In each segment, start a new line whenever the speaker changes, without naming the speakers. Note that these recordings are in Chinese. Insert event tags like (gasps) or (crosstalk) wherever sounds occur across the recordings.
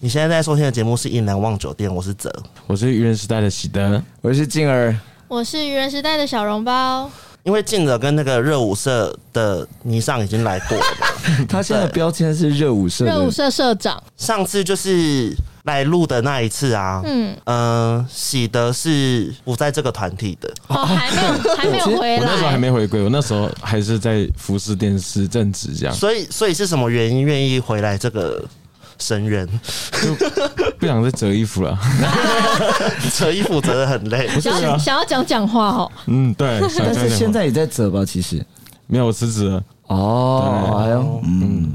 你现在在收听的节目是《一难忘酒店》，我是泽。
我是愚人时代的喜德，
我是静儿，
我是愚人时代的小笼包，
因为静泽跟那个热舞社的霓裳已经来过了嘛，
(laughs) 他现在的标签是热舞社
热舞
的，
社社长。
上次就是来录的那一次啊，
嗯，
嗯、喜德是不在这个团体的，
(laughs)
哦，还没有，还没有回
我那时候还
来。
没回归，我那时候还是在服饰店是正职
啊
这样，
所以所以是什么原因愿意回来这个神源？ (laughs)
不想再折衣服了。 (laughs)
扯衣服折的很累，
想
啊
要想要讲讲话哦，
嗯，对，想这样
但是
讲
现在也在折吧，其实。
没有我辞职了，
哦，哎呦，嗯，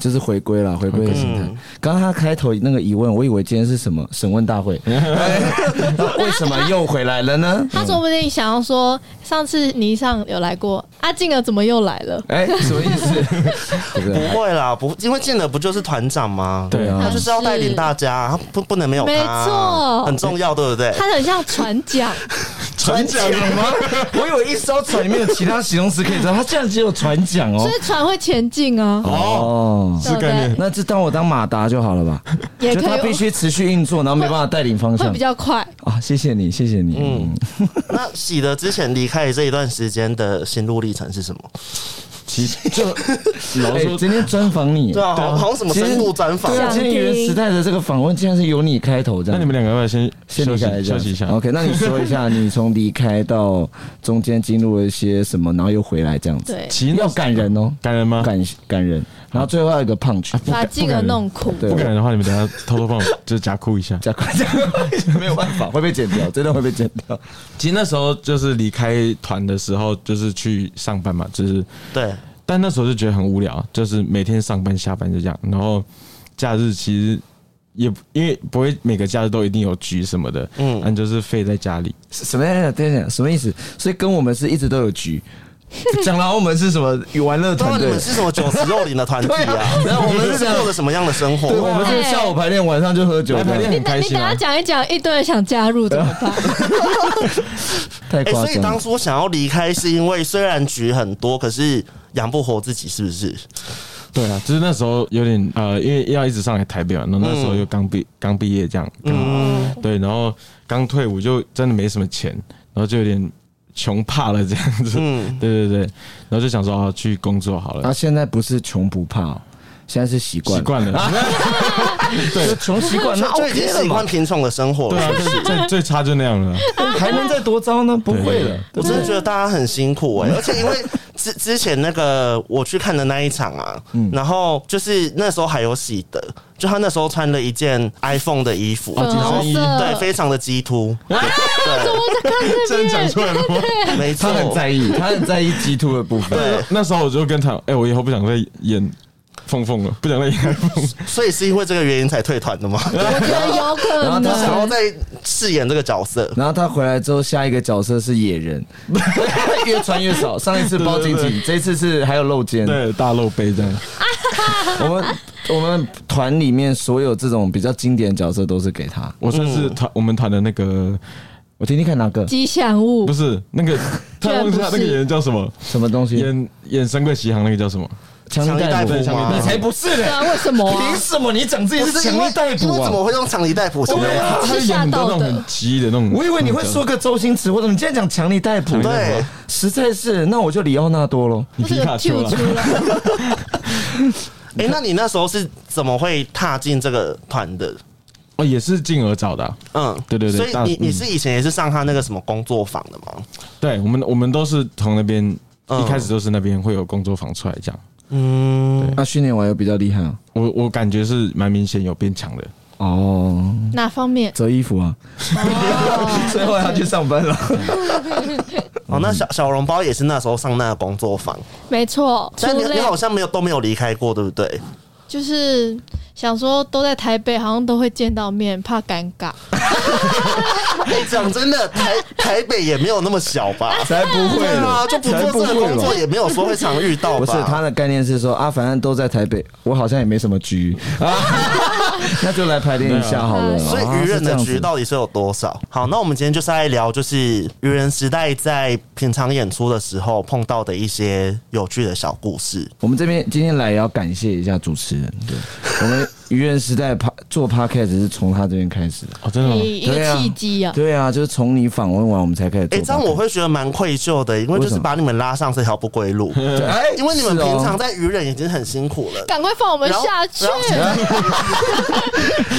就是回归了，回归的心态。刚刚他开头那个疑问，我以为今天是什么审问 (laughs) 大会，那为什么又回来了呢？
他说不定想要说，上次霓裳有来过，阿静儿怎么又来了？
哎，什么意思？ (laughs) 对不
不
对？
会啦，不，因为静泽不就是团长吗？
对
啊
他就是要带领大家，他不不能没有他，
没错
很重要，对不对？
他很像船
(laughs)
桨，
哦
船桨吗？我以为一艘船里面有其他形容词可以说，他竟然只有船桨哦
所。以船会前进啊，
哦，
对不
概念
对？
那就当我当马达就好了吧？
也
就
可
他
以
必须持续运作，然后没办法带领方
会
向
比。较快。
啊，谢谢你，谢谢你。嗯，
那喜德之前离开这一段时间的心路历程是什么？
其实
就
老
哎
实，说
今天专访你，
对啊，好好像什么深度专访
对，啊，今天原时代的这个访问竟然是由你开头
那
这样。
你们两个要不要先
先
休
离开
息
一下
休息一下？
OK，那你说一
(laughs)
下，你从离开到中间经历了一些什么，然后又回来这样子，
(laughs)
对，
其实那
要感人哦，
感人吗？
感感人。然后最后还有一个 punch，
啊
把静儿弄哭。
对
不感人的话，你们等一下偷偷帮我 (laughs) 就是假哭一下。
加快加快， (laughs) 没有办法，会被剪掉，真的会被剪掉。
其实那时候就是离开团的时候，就是去上班嘛，就是
对，
但那时候就觉得很无聊，就是每天上班下班就这样，然后假日其实也不因为不会每个假日都一定有局什么的，
嗯
嗯，但就是废在家里，
什么呀？等一下，什么意思？所以跟我们是一直都有局。讲了我们是什么玩乐
不知道
团
你
队
们？是什么九十肉林的团体
(laughs) 对
啊 (laughs)
啊？然后我们是这样
过着什么样的生
对，我
活？
们是下午排练，晚上就喝酒
来，排练
你
很
等
开
你
心
等
啊
下。讲一讲，一堆人想加入怎么
(laughs)
办？
太
哎、
夸
所以
张
当
了。
初想要离开，是因为虽然局很多，可是养不活自己，是不是？
对啊，就是那时候有点呃，因为要一直上来台北嘛，然后那时候又刚毕刚毕业这样，嗯，对，然后刚退伍就真的没什么钱，然后就有点穷怕了这样子，
嗯
对对对，然后就想说啊，去工作好
啊，
了，
现在不是穷不怕哦，现在是习惯
习
了。
(laughs) 惯了。
就穷习惯，那
就已经
OK 了
习
嘛
惯，贫穷的生活
对
了。
啊，最最最差就那样
(laughs)
了。
还能再多糟呢？不会了
我
对，
真的觉得大家很辛苦
嗯
哎、而且因为之之前那个我去看的那一场啊，
嗯
然后就是那时候还有喜德，就他那时候穿了一件 iPhone 的衣
嗯
服，
粉
然后
哦
红色，
对，非常的鸡突，
啊
怎么在看这边？
出来了吗？
(laughs) 没
他
错，
很在意，他很在意 G two 的部分。
对，
(laughs) 那时候我就跟他，哎、我以后不想再演凤凤了，不想再演 (laughs) 凤。
所以是因为这个原因才退团的吗？
我觉得有
然
可
后
不
他
想要
能。
再饰演这个角色，
然后他回来之后，下一个角色是野 (laughs) 人，越穿越少。上一次包紧
对对
紧，这一次是还有露肩。
对，大露背这样。
我们我们团里面所有这种比较经典的角色都是给他。
我算是团、我们团的那个，
我听听看哪个
吉祥物
不是那个，突然 (laughs) 忘记他
居然不
那个
是
演员叫什么，
什么东西？
演演《神鬼奇航》那个叫什么？
强力
强
逮
力
捕
逮捕吗
你才不是
对
呢！
啊，为什么啊
凭？什么你讲自己
不
是
是
强
因为
力逮
因为
捕
怎么
啊？
会用强力逮捕？对啊，
他演
是吓
很多
到
那种
的
很。奇异的那种。
我以为你会说个周星驰或者你竟然讲嗯强力逮捕，
对，
实在是，那我就里奥纳多喽。
你 (laughs) 皮卡丘了
不是有 Q 出来
哎、那你那时候是怎么会踏进这个团的？
哦，也是进而找的啊、
嗯，
对对对
所以
大
你你
嗯
是以前也是上他那个什么工作坊的吗？
对我们，我们都是从那边、
嗯
一开始都是那边会有工作坊出来这样。
嗯，
那训练完又比较厉害哦。
我我感觉是蛮明显有变强的。
哦，
哪方面？
折衣服啊， (laughs) 最后要去上班了。
哦，那小小笼包也是那时候上那个工作坊，
没错，出
但你你
类
好像没有都没有离开过，对不对？
就是想说都在台北，好像都会见到面，怕尴尬。
哎讲真的，
(laughs)
台台北也没有那么小吧？
才不会
对啊，
(laughs) 了，
就不做这个工作也没有说会常遇到吧？
不是他的概念是说啊，反正都在台北，我好像也没什么 (laughs) 局啊，那就来排练一下好了。
所以
啊
愚人的局
是这样子
到底是有多少？好，那我们今天就是来聊，就是愚人时代在平常演出的时候碰到的一些有趣的小故事。
我们这边今天来也要感谢一下主持人，对，我们愚人时代 pa- 做 podcast 是从他这边开始的，
哦，真的吗？
一一个契机啊，
对啊，就是从你访问完我们才开始
哎、
做 podcast。
这样我会觉得蛮愧疚的，因为就是把你们拉上这条不归路，
对哎
因为你们
(laughs) 是哦
平常在愚人已经很辛苦
(laughs)
了。
赶快放我们下去
然。后
哦哎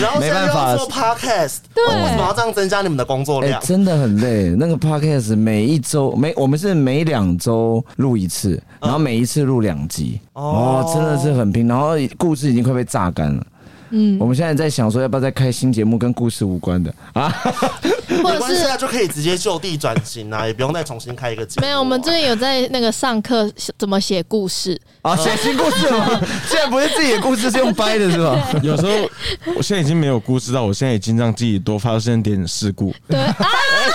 然后现在又要做 podcast，
对
为什么要这样增加你们的工作
哎
量，？
真的很累。那个 podcast 每一周每我们是每两周录一次，然后每一次录两集，
哦
嗯哦，真的是很拼。然后故事已经快被榨干了。
嗯
我，们现在在想说，要不要再开新节目，跟故事无关的啊？
没
或者
关系
是
啊，就可以直接就地转型啊，也 (laughs) 不用再重新开一个节目啊。
没有，我们最近有在那个上课怎么写故事，
啊，写新故事吗？ (laughs) 现在不是自己的故事，是用掰的，是吧？
(laughs)
(laughs) 有时候我现在已经没有故事到，我现在已经让自己多发生点事故， (laughs)
对啊，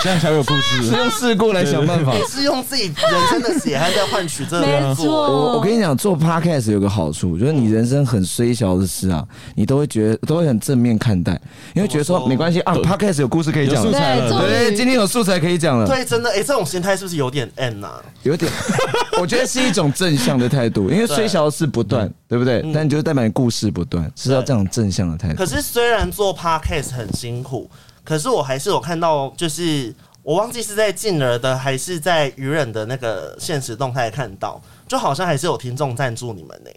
这样才有故事
是。用事故来想办法。
也是用自己人生的血汗在换取这个工
(laughs) 没
作。
错，
我我跟你讲，做 podcast 有个好处，就是你人生很虽小的事啊，你都会觉得都会很正面看待，你会觉得
怎么说
说没关系啊，podcast 有故事可以
有
讲
素
了，
材
对
了，
终于
对，今天有素材可以讲了，
对，真的，哎、这种心态是不是有点 N 啊？
有点，我觉得是一种正向的态度，因为虽小的事不断，对不对？但你就代表你故事不断，是要这种正向的态度
可。是虽然做 podcast 很辛苦，可是我还是有看到，就是我忘记是在静儿的还是在愚人的那个现实动态看到，就好像还是有听众赞助你们呢、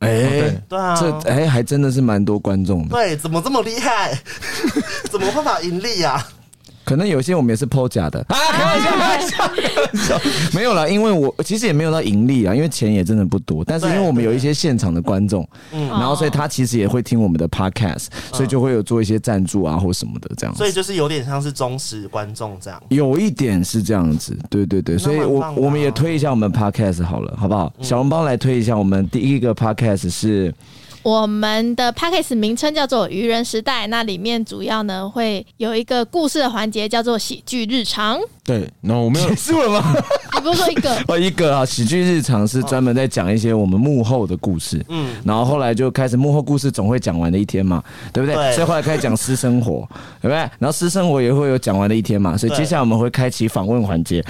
哎，
对啊，
这哎还真的是蛮多观众的，
对，怎么这么厉害？ (laughs) 怎么办法盈利啊？
可能有些我们也是剖假的啊，开玩笑，开玩笑，开玩笑 (laughs) 没有啦，因为我其实也没有到盈利啊，因为钱也真的不多，但是因为我们有一些现场的观众，
嗯
然后所以他其实也会听我们的 podcast，所以就会有做一些赞助啊或什么的这样子
所。以就是有点像是忠实观众这样。
有一点是这样子，对对对，所以
蛮
我
棒的啊
我们也推一下我们 podcast 好了，好不好？小笼包来推一下，我们第一个 podcast (laughs) 是
我们的 p a c k a g e 名称叫做《愚人时代》，那里面主要呢会有一个故事的环节，叫做喜剧日常。
对，然后我没有
结
啊
束了吗？
你不是说一个
(laughs) 哦，一个啊，喜剧日常是专门在讲一些我们幕后的故事，嗯，然后后来就开始幕后故事总会讲完的一天嘛，对不对？
对
所以后来开始讲私生活，对不对？然后私生活也会有讲完的一天嘛，所以
对
接下来我们会开启访问
(laughs)
环节。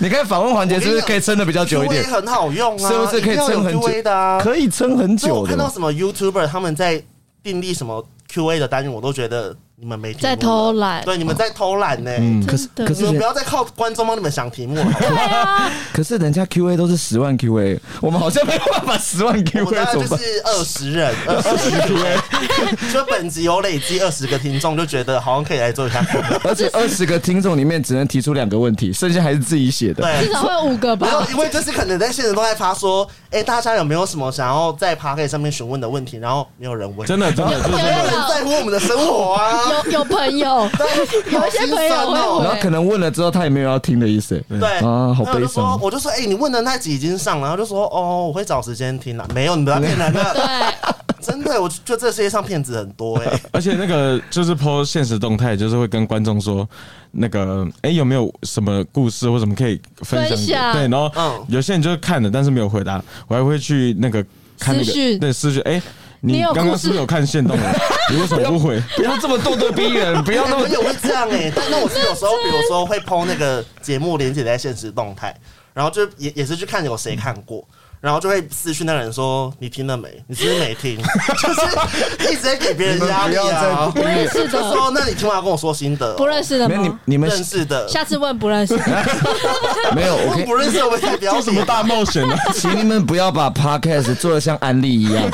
你看访问环节是不是可以撑的比较久一
Q&A
点？
很好用啊，
是不是可以
一定要有
撑很久
Q&A 的啊？
可以撑很
就
久
我看到
的。
什么 YouTuber 他们在订立什么 QA 的单元，我都觉得你们没题目
在偷懒
对，你们在偷懒呢、
嗯
可是
可
你
是
们不要再靠观众帮你们想题目了，好不
(laughs)
好
可是人家 Q A 都是十万 Q A，我们好像没有办法十万 Q
我们
A
大概
怎么
就
办？
是二十
(laughs)
人，二十 QA，就 (laughs) 本集有累积二十个听众，就觉得好像可以来做一下 QA。
而且二十个听众里面只能提出两个问题，剩下还是自己写的。
至
对，
少会有五个
没有
吧，？
因为就是可能在现实都在发说，哎、大家有没有什么想要在 p a r k 上面询问的问题，然后没有人问，
真的真的，这
没
是
有人在乎我们的生活啊。
有有朋友， (laughs) 有一些朋友
好心酸哦
会
然后
回
可能问了之后，他也没有要听的意思。
对
啊好
然后我就
悲伤
说，我就说，哎、你问的那集已经上了，然后就说，哦，我会找时间听啦。没有，你不要骗人
(laughs)
对
了，，真的，我就这世界上骗子很多哎、
而且那个就是 PO 现实动态，就是会跟观众说，那个哎、诶有没有什么故事或什么可以分享？
分享
对，然后、
嗯
有些人就是看了，但是没有回答，我还会去那个看那
私
个
讯
对私讯，哎、你
你有
刚
故
刚
事
是不是有看线动
(laughs)
了？你为什么不回？
不要这么咄咄逼人，不要
欸、
那么
朋友会这样哎、但 (laughs) 那我是有时候，比如说会 PO 那个节目连接在现实动态，然后就也也是去看有谁看过。然后就会私讯那个人说：“你听了没？你是不是没听？ (laughs) 就是一直在给别人压力
你们
啊！
不认识
就
的，
说那你听完要跟我说新的哦、
不认识的
没有你
吗？
你们
认识的，
下次问
(laughs)
不认识的，
没有我
我
可以
不认识我们才不要
做什么
理
大冒险啊呢、
请你们不要把 podcast 做的像安利一样，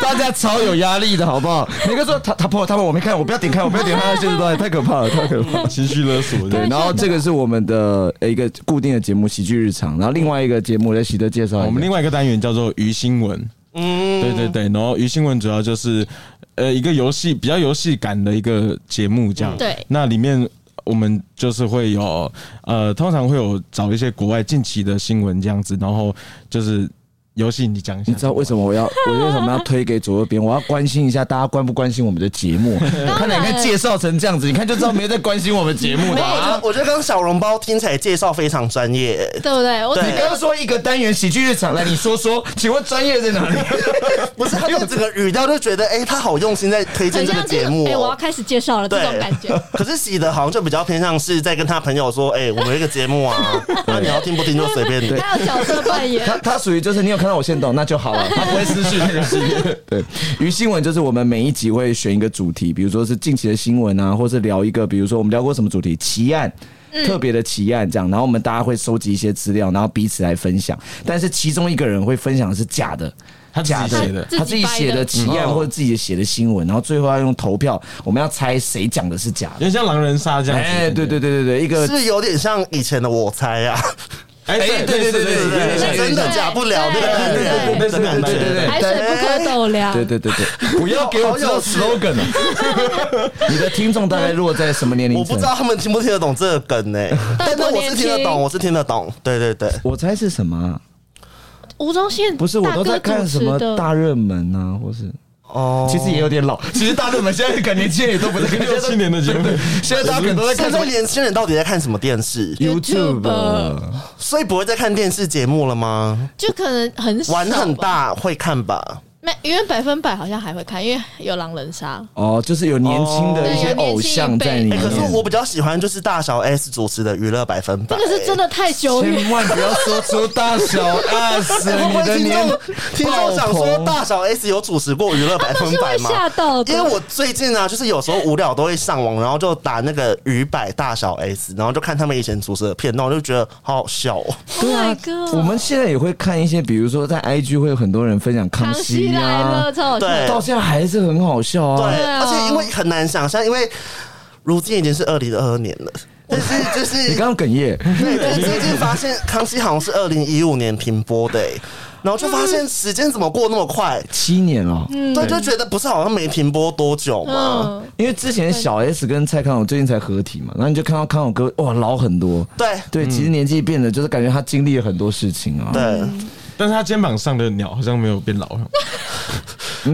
大家超有压力的好不好？每个说他他朋友他们我没看，我不要点开，我不要点开，现实动态太可怕了，太可
(laughs)
怕了。
情绪勒索
对，
对。
然后这个是我们的呃一个固定的节目《喜剧日常》，然后另外一个节目来喜德介绍一下，
哦我们另外一个单元叫做鱼新闻，
嗯，
对对对，然后鱼新闻主要就是呃一个游戏比较游戏感的一个节目这样。
对
嗯那里面我们就是会有呃，通常会有找一些国外近期的新闻这样子，然后就是游戏你讲一下，
你知道为什么我要我为什么要推给左右边？我要关心一下大家关不关心我们的节目。看你看介绍成这样子，你看就知道没有在关心我们节目
我
的
觉得
啊。
我觉得刚刚小笼包听起来介绍非常专业、
对不对？我
对
你刚刚说一个单元喜剧日常，来你说说，请问专业在哪里？
不是他用整个语调就觉得，哎、他好用心在推荐
很
这个
像这
节
个
目、
哎、我要
哦。
开始介绍了这
对
种感觉。
可是喜德好像就比较偏向是在跟他朋友说，哎、我们有一个节目
(laughs)
啊，那你要听不听就随便你。
还有角色扮演，
他他属于就是你有看到我现动，那就好 (laughs) 了，他不会失去那个事业。 (laughs) 对，于新闻就是我们每一集会选一个主题，比如说是近期的新闻啊，或是聊一个，比如说我们聊过什么主题，奇案。特别的奇案这样，然后我们大家会收集一些资料，然后彼此来分享。但是其中一个人会分享的是假的，
他自己
假
写的
他自己写的嗯奇案或者自己写的新闻，然后最后要用投票，我们要猜谁讲的是假
有
的。
点像狼人杀这样子。
哎，对对对对对，一个
是有点像以前的我猜啊，
哎，对对对对
对
对
对对
对对，
对
真的假不了那个概念，
对对对对对对
真的
对对对
对
海水不可斗量。
对对对 (laughs) 对，不要给我知道 slogan 了。 (laughs) 你的听众大概落在什么年龄？
我不知道。他们听不听得懂这个梗呢、但是
多
我
年
是听得
轻
懂，我是听得懂，对对对。
我猜是什么啊、
吴宗宪
不是，我都在看什么
大哥主持的
大热门啊，或是
哦，
其实也有点老。其实大热门现在感觉 (laughs) 现在也都不在看，
六七年的节目，
(laughs) 现在大家可能都在
现
看什
在
么
年轻人到底在看什么电视？
YouTuber
YouTube。
所以不会再看电视节目了吗？
就可能很少
玩很
吧，
大会看吧？
没因为百分百好像还会看，因为有狼人杀。
哦，就是有年轻的一些偶像在里
嗯
哎、
面。
可是我比较喜欢就是大小 S 主持的《娱乐百分百》
这个是真
的。
的太久远，
千万不要说出大小 (laughs) S，
(laughs) 会
你
不
的
会听
年
众听众想说大小 S 有主持过《娱乐百
他
分
们是
百
会》吓
吗？
到的。
因为我最近啊，就是有时候无聊都会上网，然后就打那个“娱百大小 S”，然后就看他们以前主持的片段，我就觉得好好笑哦。
Oh
对
my
啊
god，
我们现在也会看一些，比如说在 IG 会有很多人分享康
康熙
熙
来
啊
了，，超好笑。
对
到现在还是很好笑啊。
对，
对啊
而且因为很难想象，因为如今已经是二零二二年了，但是就是
你刚刚哽咽，
对，但是最近发现《康熙》好像是二零一五年停播的、欸，然后就发现时间怎么过那么快？
七年了。
对，就觉得不是好像没停播多久吗？
嗯，
因为之前小 S 跟蔡康永最近才合体嘛，然后你就看到康永哥哇老很多，
对
对，其实年纪变了，就是感觉他经历了很多事情啊。
嗯对，
但是他肩膀上的鸟好像没有变 (laughs) 老，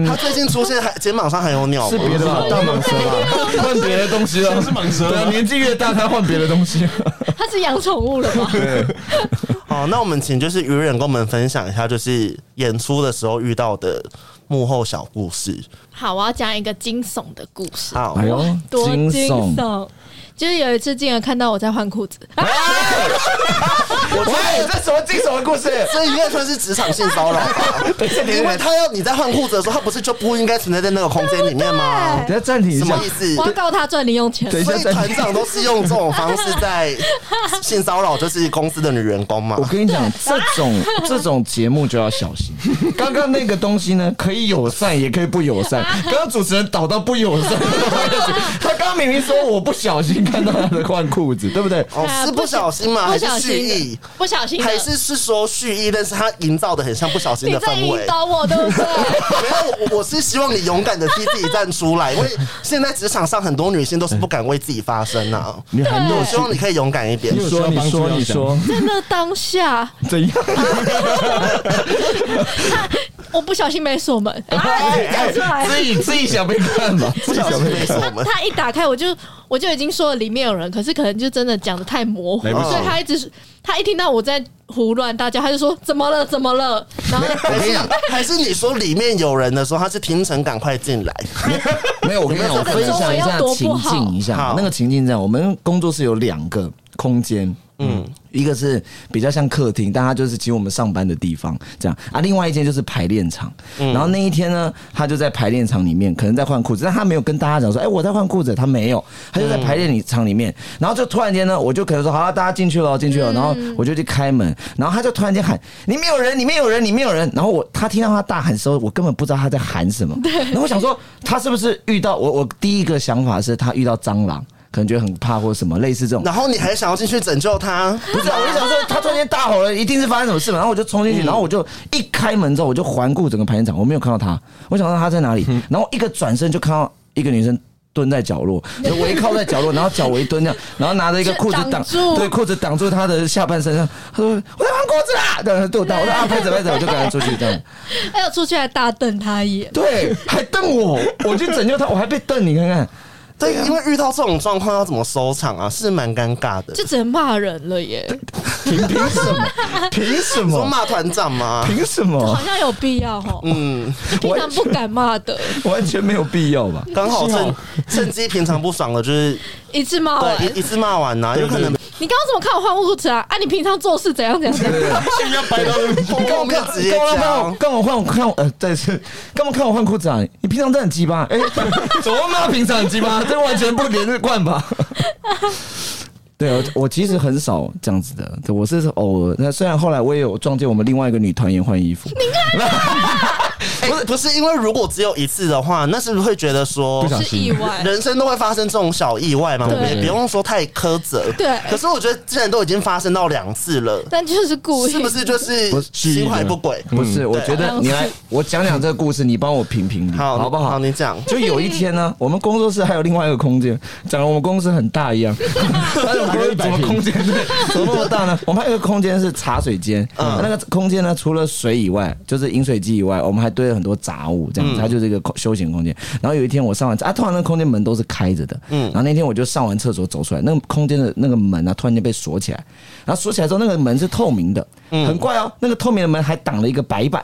他最近出现还肩膀上还有鸟
嗯是
吗？
别的吧，大蟒
(laughs)
蛇吧，换别的东西了，
是蟒蛇吗
对啊，年纪越大，他换别的东西。
他是养宠物了吗？
好，那我们请就是愚人跟我们分享一下，就是演出的时候遇到的幕后小故事。
好，我要讲一个惊悚的故事。
好，
哎呦，
(laughs) 多惊
惊悚！
悚！就是有一次，竟然看到我在换裤子，
我觉
喂，
得
这什么惊悚的故事？
(laughs)
这应该算是职场性骚扰吧，因为他要你在换裤子的时候，他不是就不应该存在在那个空间里面吗？
啊等一下暂停一
什
下
么意，思？
我要告他赚零用钱。
对
所以团长都是用这种方式在性骚扰，就是公司的女员工嘛
我。跟你讲，
(laughs) 啊
这种这种节目就要小心。刚刚那个东西呢，可以友善，也可以不友
(laughs)
善。刚刚主持人导到不友善， (laughs) 他刚刚明明说我不小心看到他在换裤子，对不对？
哦，是不小心吗？
啊不
还是
小
蓄
心
意
的？，不小心的，
还是是说蓄意？但是他营造的很像不小心
你
的
在
氛
引
围。
导我，对不对？
没有，我我是希望你勇敢的替自己站出来，因为现在职场上很多女性都是不敢为自己发声啊。
你还
我希望你可以勇敢一点
(laughs)
你。有需
说，
要
你
帮助
说，
要
你
讲
说，
在那当下，
怎样？
(laughs) 我不小心没锁门，啊，自己讲出
(laughs)
来。
自己自己想被看吧，
不小心被锁
他
门，
他一打开，我就我就已经说了里面有人，可是可能就真的讲的太模糊，
来不及
所以他一直他一听到我在胡乱大叫，他就说怎么了怎么了，然后
还是还是你说里面有人的时候，他是听成赶快进来。
(laughs) 没有，我跟你讲，我分享一下情境
好
一下。那个情境这样，我们工作室有两个空间，嗯，一个是比较像客厅，但它就是其实我们上班的地方这样啊。另外一间就是排练场，然后那一天呢，他就在排练场里面，可能在换裤子，但他没有跟大家讲说，哎，我在换裤子，他没有，他就在排练里场里面，然后就突然间呢，我就可能说，好了，大家进去了，进去了，然后我就去开门，然后他就突然间喊，里面有人，里面有人，里面有人，然后我他听到他大喊的时候，我根本不知道他在喊什么，然后我想说，他是不是遇到我？我第一个想法是他遇到蟑螂。可能觉得很怕或什么类似这种，
然后你还想要进去拯救他？
不是、啊，我就想说他突然间大吼了，一定是发生什么事嘛。然后我就冲进去，然后我就一开门之后，我就环顾整个排练场，我没有看到他，我想到他在哪里，然后一个转身就看到一个女生蹲在角落，就围靠在角落，然后脚围蹲这样，然后拿着一个裤子
挡
挡
住，
对，裤子挡住他的下半身。他说：“我在玩果子啦！”然后对我打，我说：“啊，拍着拍着，我就赶他出去这样。”
还有出去还大瞪他一眼，
对，还瞪我，我去拯救他，我还被瞪，你看看。
对，因为遇到这种状况要怎么收场啊，是蛮尴尬的。
就只能骂人了耶，
凭凭什么？凭什
你说
么？
骂团长吗？
凭什
好
么？
像有必要哦。
嗯，
平常不敢骂的，
完全没有必要吧？
刚好趁趁机平常不爽了，就是
一次骂
哦
完，
对一一次骂完啊呐，有可能
你刚刚怎么看我换物词啊？啊，你平常做事怎样怎样怎样？
现在白到 (laughs) 后面直接
干嘛看我
讲，
干嘛看我看我呃，再次干嘛看我换裤子啊？你平常都很鸡 (laughs) 巴，哎、怎么
(laughs)
骂平常很鸡巴？ (laughs) 这完全不连贯吧？ (laughs) 对，我我其实很少这样子的，对我是偶尔。那虽然后来我也有撞见我们另外一个女团员换衣服，
不是
哎
不是，因为如果只有一次的话，那是不是会觉得说
不小
是意
心
外，
人生都会发生这种小意外嘛？我
对
们也不用说太苛责。
对
可是我觉得既然都已经发生到两次了，
但就是故意，
是不是就是
不是
心怀不轨？
不是？我觉得
(laughs)
你来，我讲讲这个故事，你帮我评评理，
嗯好，
嗯好不好？
好，你讲。
就有一天呢，我们工作室还有另外一个空间，讲得我们公司很大
(laughs)
一样，但是我们怎么空间对怎么那么大呢？我们还有一个空间是茶水间，
嗯
那个空间呢，除了水以外，就是饮水机以外，我们还堆了很多杂物，这样子，它就是一个空休闲空间。然后有一天我上完啊，突然那个空间门都是开着的，嗯，然后那天我就上完厕所走出来，那个空间的那个门啊，突然间被锁起来，然后锁起来之后，那个门是透明的，很怪哦，那个透明的门还挡了一个白板。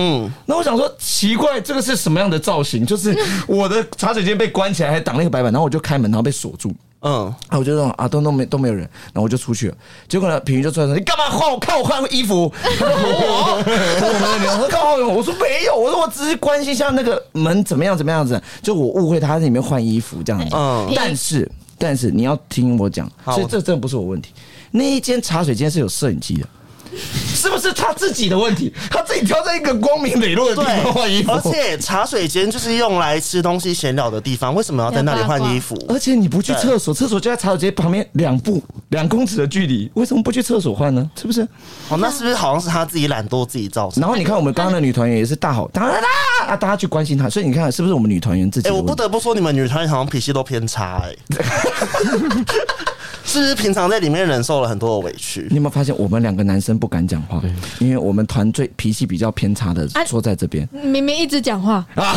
嗯，
那我想说，奇怪，这个是什么样的造型？就是我的茶水间被关起来，还挡了一个白板，然后我就开门，然后被锁住。 (laughs)
嗯，
啊，我就说啊，都都没都没有人，然后我就出去了。结果呢，品瑜就出来说：“你干嘛换我看我换衣服？”他说：“
(laughs)
我，我没有没有。”我说：“干嘛换我？”我说：“没有，我说我只是关心一下那个门怎么样怎么样子。”就我误会他在里面换衣服这样子。
嗯
但是但是你要听我讲，
好
所以这真的不是我问题。那一间茶水间是有摄影机的。 (laughs) 是不是他自己的问题？他自己挑在一个光明磊落的地
对
方换衣，服，
而且茶水间就是用来吃东西闲聊的地方，为什么要在那里换衣服？
而且你不去厕所，厕所就在茶水间旁边两步两公尺的距离，为什么不去厕所换呢？是不是？
哦，那是不是好像是他自己懒惰自己造成？
然后你看我们刚刚的女团员也是大吼哒哒哒啊，大家去关心她，所以你看是不是我们女团员自己
哎、
的
我
问题？
不得不说，你们女团好像脾气都偏差、哎， (laughs) 是不是平常在里面忍受了很多的委屈
你？有没有发现我们两个男生不敢讲话，因为我们团最脾气比较偏差的
啊
坐在这边。
明明一直讲话，
啊
(laughs)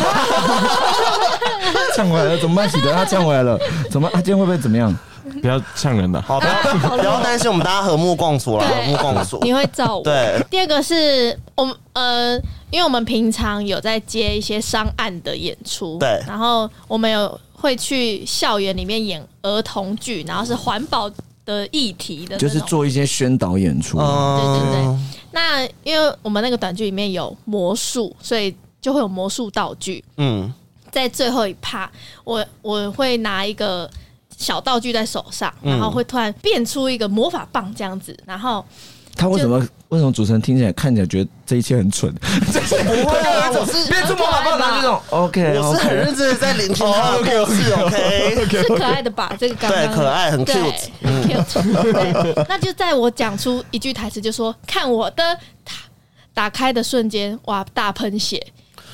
呛回来了怎么办？喜德他呛回来了，怎么？他啊今天会不会怎么样？
不要呛人啊的。
好，哦不要不要担心，我们大家和睦共处啦，和
对
睦共处。
你会照我。
对，
第二个是我们呃，因为我们平常有在接一些商案的演出，
对
然后我们有会去校园里面演儿童剧，然后是环保的议题的那种，
就是做一些宣导演出。啊
对对
嗯
对，那因为我们那个短剧里面有魔术，所以就会有魔术道具。
嗯
在最后一趴，我我会拿一个小道具在手上，然后会突然变出一个魔法棒这样子，然后
他为什么为什么主持人听起来看起来觉得这一切很蠢？就是不
会啊我是
变出魔法棒的那
哦
种。OK，
我是很认真的在聆听他的故
哦
事，OK？
是可爱的
(laughs)
吧？这个刚刚
对可爱很
对
cute
嗯
很 cute，对，那就在我讲出一句台词，就说看我的打打开的瞬间，哇，大喷血，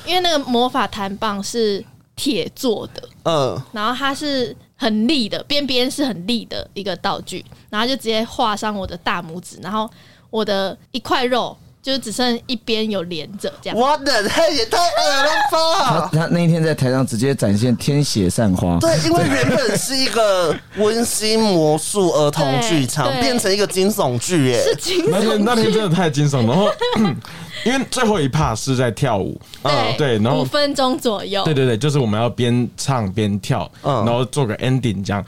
因为那个魔法弹棒是铁做的，
嗯，
然后它是很利的，边边是很利的一个道具，然后就直接划伤我的大拇指，然后我的一块肉就是只剩一边有连着这样。
我的天，也太恶了
他
吧！
他那一天在台上直接展现天血散花，
对，因为原本是一个温馨魔术儿童剧场，
对对
变成一个惊悚剧耶。
那
(laughs)
天那天真的太惊悚，然后因为最后一趴是在跳舞，
嗯
啊对然后
五分钟左右，
对对对，就是我们要边唱边跳，
嗯
然后做个 ending 这样。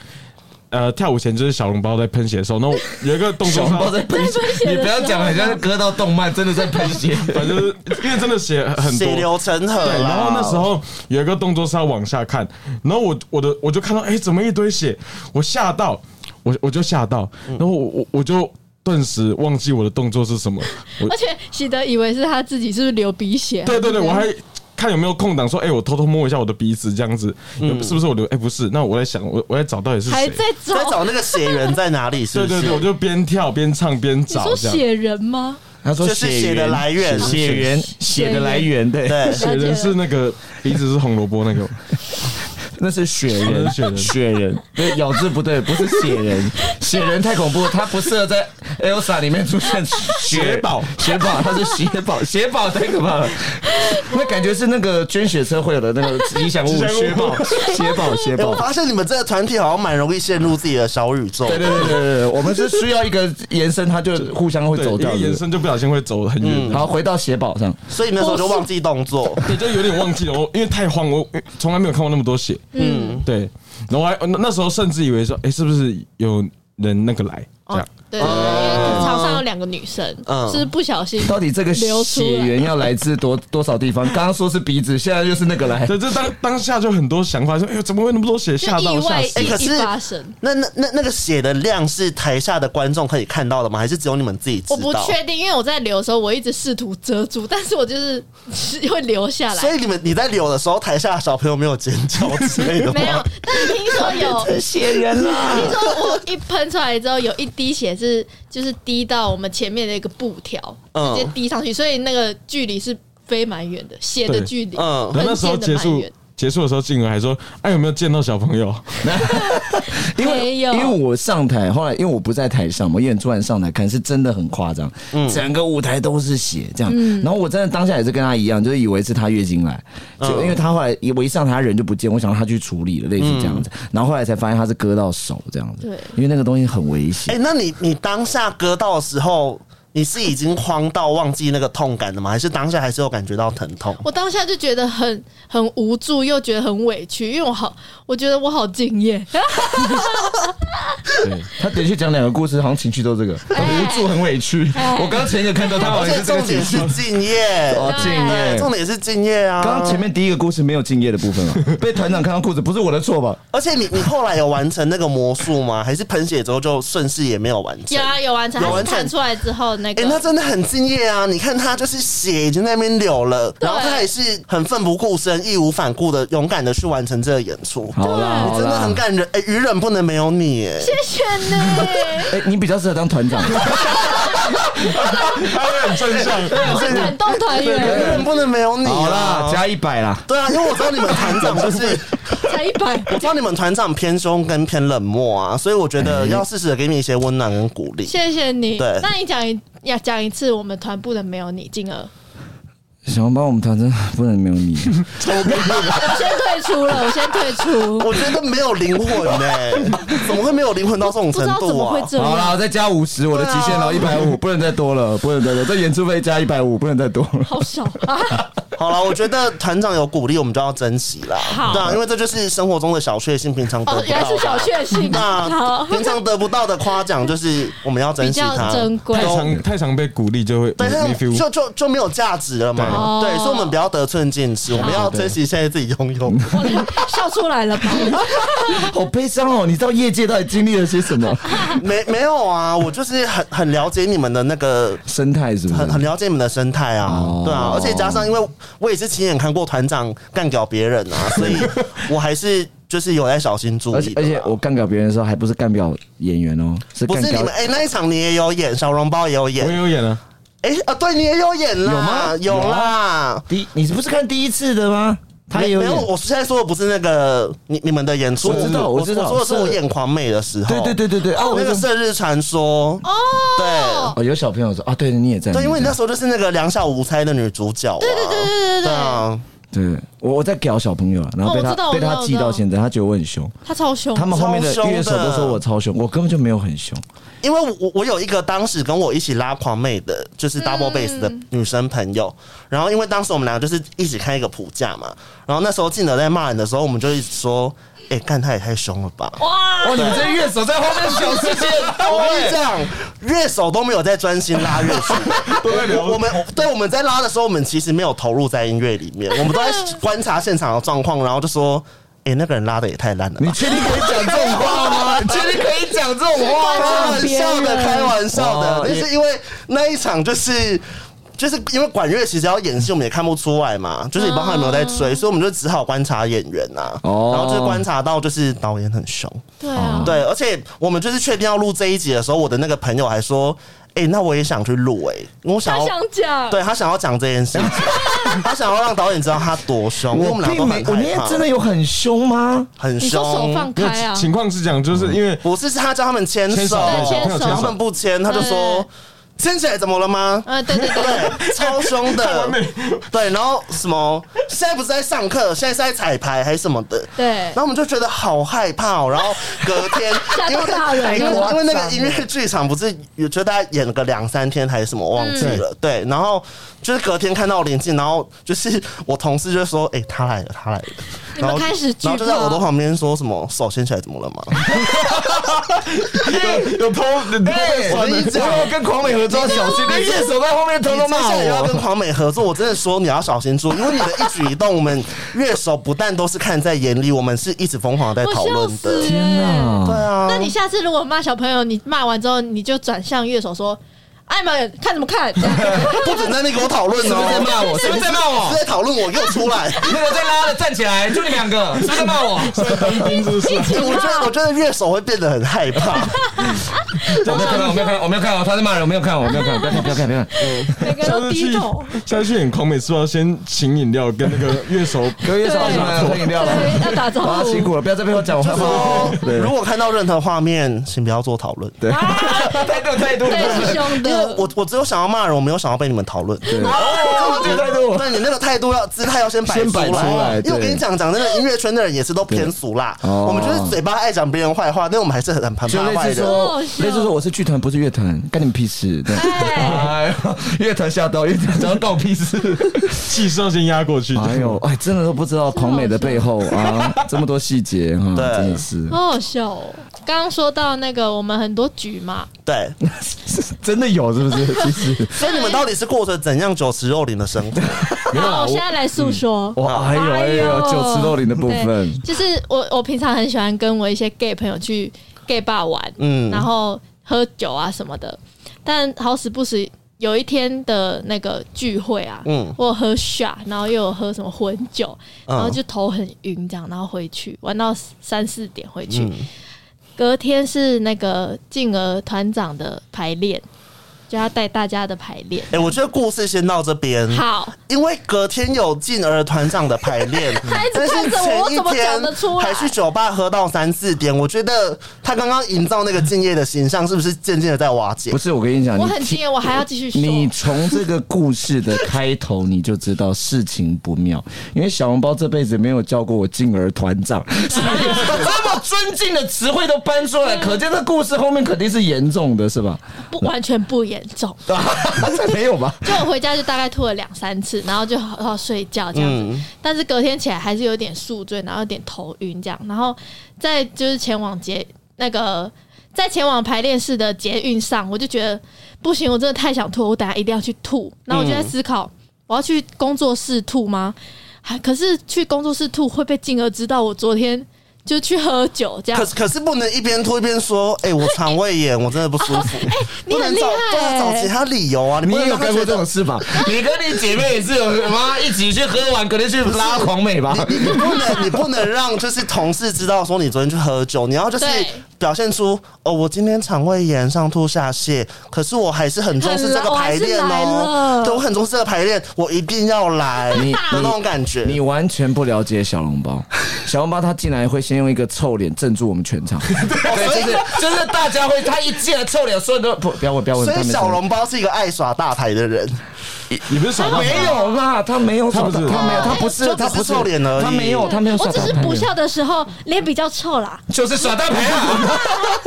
呃，跳舞前就是小笼包在喷血的时候，那我有一个动作
小
是
笼包
要，
在喷血，你不要讲，很像是割到动漫，真的在喷血。
反正就是因为真的血很多
血，流成河啦。
对，然后那时候有一个动作是要往下看，然后我我的我就看到，哎、怎么一堆血？我吓到，我我就吓到，然后我我我就顿时忘记我的动作是什么。我
而且喜德以为是他自己是不是流鼻
啊
血？
对对对，我还看有没有空档，说，哎、我偷偷摸一下我的鼻子，这样子，是不是我的？哎、不是，那我在想，我我在找到底是
还
谁？
在找
在找那个血源在哪里，是
对
不是？
对对，我就边跳边唱边
你
找
说
这样。
血人吗？
他说
就是血的来源
血源，血的来源，对。
对
了
写
解
的
了
是那个鼻子是红萝卜那个，
那是雪人，
那
(laughs)
是雪人
雪人，对，咬字不对，不是雪 (laughs) 人，雪人太恐怖，他不适合在 Elsa 里面出现。雪宝，雪宝，他是雪 (laughs) 宝，雪宝太可怕了，那感觉是那个捐血车会有的那个吉祥物，雪宝，雪宝，雪
哎我
宝。
发现你们这个团体好像蛮容易陷入自己的小宇宙。
对对对对对对，我们是需要一个延伸，它就互相会
对，
走
一
掉
个
的。
延伸就不小心会走很远
然。后回到血宝上，
所以你那时候就忘记动作，
对，就有点忘记了，我因为太慌，我从来没有看过那么多血。嗯，对，然后我还那那时候甚至以为说，哎、是不是有人那个来这
哦
样？，哦嗯
对，因为场上有两个女生，是不小心
到底这个
流出来
血源要来自多多少地方？刚刚说是鼻子，现在又是那个来。
对，这当当下就很多想法，说，哎、呦，怎么会那么多血？
就
吓
意
到吓
外
死
哎
一！
可是
一发生。
那那那那个血的量是台下的观众可以看到的吗？还是只有你们自己知道？
我不确定，因为我在流的时候，我一直试图遮住，但是我就是 (laughs) 会流下
所
啊来。
以你们你在流的时候，台下的小朋友没有尖叫之类的吗？
(laughs) 没有，但是听说
(laughs)
有，
血人啦！
听说我一喷出来之后，有一滴血是就是滴到我们前面的一个布条，
嗯
直接滴上去，所以那个距离是飞蛮远的，血的
对
距离，
嗯
然后那
喷
时候
溅
结
哦的蛮
束
远。
结束的时候，静儿还说，哎、有没有见到小朋友？
因为
没有
因为我上台，后来因为我不在台上嘛，演出完上台看是真的很夸张，整个舞台都是血这样。然后我真的当下也是跟他一样，就是以为是他月经来，就因为他后来我一上台他人就不见，我想让他去处理了，类似这样子。然后后来才发现他是割到手这样子，
对
因为那个东西很危险
哎、。那你你当下割到的时候，你是已经慌到忘记那个痛感的吗？还是当下还是有感觉到疼痛？
我当下就觉得很很无助，又觉得很委屈，因为我好，我觉得我好敬
(laughs)
业，
对，
他连续讲两个故事，好像情绪都这个，
哎
很无助，很委屈。我刚前一个看到他好
而
像
且
是这个
重
情
点
绪
是，敬业，
哦，敬
对，
业。
重点是敬业啊！
刚刚前面第一个故事没有敬业的部分
(laughs)
啊，被团长看到裤子不是我的错吧？
而且你你后来有完成那个魔术吗？还是喷血之后就顺势也没有完成？
有啊，有完成，
有
还
完
是
成
弹出来之后那
哎、
个，
那真的很敬业啊！你看他就是血已经在那边流了，然后他也是很奋不顾身、义无反顾的、勇敢的去完成这个演出。
好啦，
你
好
真的
啦
很。感人，哎、愚人不能没有你，哎，
谢谢
(laughs)
你，
哎、你比较适合当团长，
他会很正向。
很感动团
愚
员，
人不能没有你、啊。
(laughs) 啊好啦，加一百啦。
对啊，因为我知道你们团长
(laughs)
就是，
才一百，
我知道你们团长偏凶跟偏冷漠啊，所以我觉
嗯
得要适时的给你一些温暖跟鼓励。
谢谢你
对。
那你讲一呀，讲一次我们团部的没有你，静儿，
想要帮我们团真不能没有你，
我先退出了，我先退 (laughs) 出，
我觉得没有灵魂呢、
(laughs)
怎么会没有灵魂到这种
不知
程
道怎
度
么会
啊？
这
好啦，
样，
我再加五十，我的极限了，一
对啊
百五，不能再多了，不能再多，这演出费加一百五，不能再多
(laughs)
了。
好少啊！
好了，我觉得团长有鼓励，我们就要珍惜啦。
好
对啊，因为这就是生活中的小确幸，平常得
哦
不，
原来是
到
小
的。
确幸，
那
好，
平常得不到的夸奖，就是我们要珍
比
惜
较
它。
珍贵
太。常太常被鼓励就会
对，那
没 feel，
就就就没有价值了嘛。
对
对，所以我们不要得寸进尺，
哦
我们要珍惜现在自己拥有。
笑出来了吧？
好悲伤哦，你知道业界到底经历了些什
(laughs)
么？
没没有啊，我就是很很了解你们的那个
生态是不
很很
是？
了解你们的生态啊，
哦
对啊，而且加上因为我也是亲眼看过团长干掉别人
(laughs)
啊，所以我还是就是有在小心注
而且
意的
而
啦。
且我干掉别人的时候，还不是干掉演员哦，是
不
干
是你
掉
们哎、那一场你也有演，小笼包也有演
我也，有演啊。
哎、啊，对你也有演啦，
有吗
有啦。
第一，你是不是看第一次的吗？他也有
没有，
演
我现在说的不是那个你你们的演出，
我知道
我
我知道
我说的是
是
我演狂美的时候，
对对对对对啊
哦，
我
那个《
知道
射日传说》哦， (laughs) 对
哦，有小朋友说啊，对，你也在，
对，因为你
你
那
也在
时候就是那个两小无猜的女主角、啊，对对对对对啊，
对，我我在屌小朋友了，啊然后被
哦我
他
知道
被
我知
他
道
记到现在，他觉得我很凶，
他超凶，
他们后面的
超凶的
乐手都说我超凶，我根本就没有很凶，
因为我我有一个当时跟我一起拉狂妹的，就是 double bass 的女生朋友，然后因为当时我们两个就是一起看一个谱架嘛，然后那时候静德在骂人的时候，我们就一直说，哎、干他也太凶了吧。
哇，哦你们这些乐手在后面小世界，
我跟你讲，乐手都没有在专心拉乐曲，我我们对我们在拉的时候，我们其实没有投入在音乐里面，我们都在观察现场的状况，然后就说，哎、那个人拉的也太烂了吧
(laughs) 你。确定可以讲这种话吗？ (laughs) 你确定可以讲这种话
开
吗？
玩笑的，开玩笑
哇
的，但是因为那一场就是。就是因为管乐其实要演戏，我们也看不出来嘛，就是也不知道他有没有在
哦
追，所以我们就只好观察演员呐、
哦
然后就是观察到就是导演很凶，
对啊，
哦对，而且我们就是确定要录这一集的时候，我的那个朋友还说。哎、那我也想去录哎、因为我想
他
要
想讲，
对他想要讲这件
(laughs)
事情，他想要让导演知道他多凶，因为我们俩都
并没
很，
我那
害
天
怕，
真的有很凶吗？
很
你说手放
凶。
没有
开啊，
情况是这样，就是因为
不是，是他叫他们牵
牵手，
手，
对
牵
小朋友
然
手
后
牵
他们
手，
不牵，他就说牵起来怎么了吗？
呃，对对对，
(laughs) 对，超凶的，对，然后什么？现在不是在上课，现在是在彩排还是什么的？
对
然，后我们就觉得好害怕哦。然后隔
(laughs)
天，因为
大人
(laughs) 因为因为那个音乐剧场不是有就大概演了个两三天还是什么，我忘记了。对，然后就是隔天看到林静，然后就是我同事就说：“哎、他来了，他来了。”
你
然
们
后
开始惧
然后就在
怕
耳朵旁边说什么手牵起来怎么了吗？
有偷，
哎
我跟你讲
我有跟狂美合作，小心那些手在后 (laughs) 面偷偷骂
你接下来要跟
我。
狂美合作，我真的说你要小心注意，因为你的一举一动，我们乐手不但都是看在眼里，我们是一直疯狂地在
我
讨
笑
论
死
的。
欸
对啊，
那你下次如果骂小朋友，你骂完之后，你就转向乐手说：“艾玛，看什
(laughs)
么看？这样
不准在那跟我讨论
是不是在
(laughs)
哦，
骂我？是不是在骂我
是？在讨论我给我出来。
那个在拉的站起来，就你两个，是不是在骂我？
哎我觉得我觉得乐手会变得很害
(laughs)
怕，
我没有看到，我没有看到，我没有看到，他在骂人，我没有看，我没有看，不要看，不要看，不要看。
每个人
下
都
次去
低
(laughs)
头，
下次去演狂美是不是要先请饮料跟那个乐手
(laughs) (laughs) 隔夜少什喝饮料了？
对，要打招
哇，
呼
辛。苦了，不要在背后讲我坏话。
说如果看到任何画面，请不要做讨论。对，
哎
态度，态度，
对，是凶的。
我我只有想要骂人，我没有想要被你们讨论。
哦，这个态度。
那你那个态度要姿态要先摆
先摆出来
因为我
对
跟你讲讲，那个音乐圈的人也是都偏俗辣，
对哦
我们就是嘴巴爱讲别人坏话，但我们还是很很怕
就类
坏
似
的。
说，类似说我是剧团，不是乐团，干你们屁事！对哎呦，乐团吓到，乐团想要搞屁事。
气势要先压过去。
哎呦，哎，真的都不知道狂美的背后啊，这么多细节哈，
对
真的是
好好笑哦！刚刚说到那个，我们很多局嘛，
对，
真的有是不是？其实
所以你们到底是过着怎样酒池肉林的生活？
没有
好，
啦，
我现
我
在来诉说。
哇，哎呦哎呦，酒池肉林的部分
对，，就是我我平常很喜欢跟我一些 gay 朋友去 gay 吧玩，
嗯
然后喝酒啊什么的。但好死不死，有一天的那个聚会啊，
嗯
我有喝 shot，然后又有喝什么混酒，
嗯
然后就头很晕这样，然后回去玩到三四点回去。
嗯
隔天是那个静儿团长的排练，就要带大家的排练。
哎、我觉得故事先到这边。
好，
因为隔天有进儿团长的排
(laughs)
练，但是
看着我
前
我
一
怎么讲得
天
出来
还去酒吧喝到三四点，我觉得他刚刚营造那个敬业的形象，是不是渐渐的在瓦解
不？是我跟啊你讲，
我
你
很
听
敬业，我还要继续说。
你从这个故事的开头，你就知道事情不妙，因为小笼包这辈子没有叫过我静儿团长，所以这么尊敬的词汇都搬出来，可见这故事后面肯定是严重的，是吧？
不完全不严重，
(laughs) 没有吧？
就我回家就大概吐了两三次，然后就好好睡觉这样子。但是隔天起来还是有点宿醉，然后有点头晕这样，然后在就是前往捷那个在前往排练室的捷运上，我就觉得不行，我真的太想吐，我等下一定要去吐。然后我就在思考，我要去工作室吐吗？还可是去工作室吐会被静儿知道我昨天就去喝酒这样
(laughs) 可。是可是不能一边吐一边说，哎、我肠胃炎，我真的不舒
(laughs)
服。
哎你
不
很
能
厉
找不能
害、
找其他理由啊！你
你
不能
也有
让他
干过
觉
这种
得。
事吧？你跟你姐妹也是有妈一起去喝完，可能去拉狂美 (laughs) 吧？
你你不能，你不能让就是同事知道说你昨天去喝酒，你要就是
对
表现出哦，我今天肠胃炎上吐下泻，可是我还是很重视这个排练
很来我还是来
哦，
了
对我很重视这个排练，我一定要来，
(laughs)
你
有那种感觉。
你完全不了解小笼包，小笼包他进来会先用一个臭脸镇住我们 (laughs) 全场，
哦
对，就是就是大家会他一进来臭脸，所有人都不不要问不要问，
所
他
以
没事
小笼包是一个爱耍大牌的人，
你不是耍大
没有啦，他没有耍
他不是
他没有，他不是
哎就
他
只
不
是臭脸而已
他没有他没有
我
耍
只
大
是
牌
不，笑的时候脸比较臭啦。
就是耍大牌啊！ (laughs)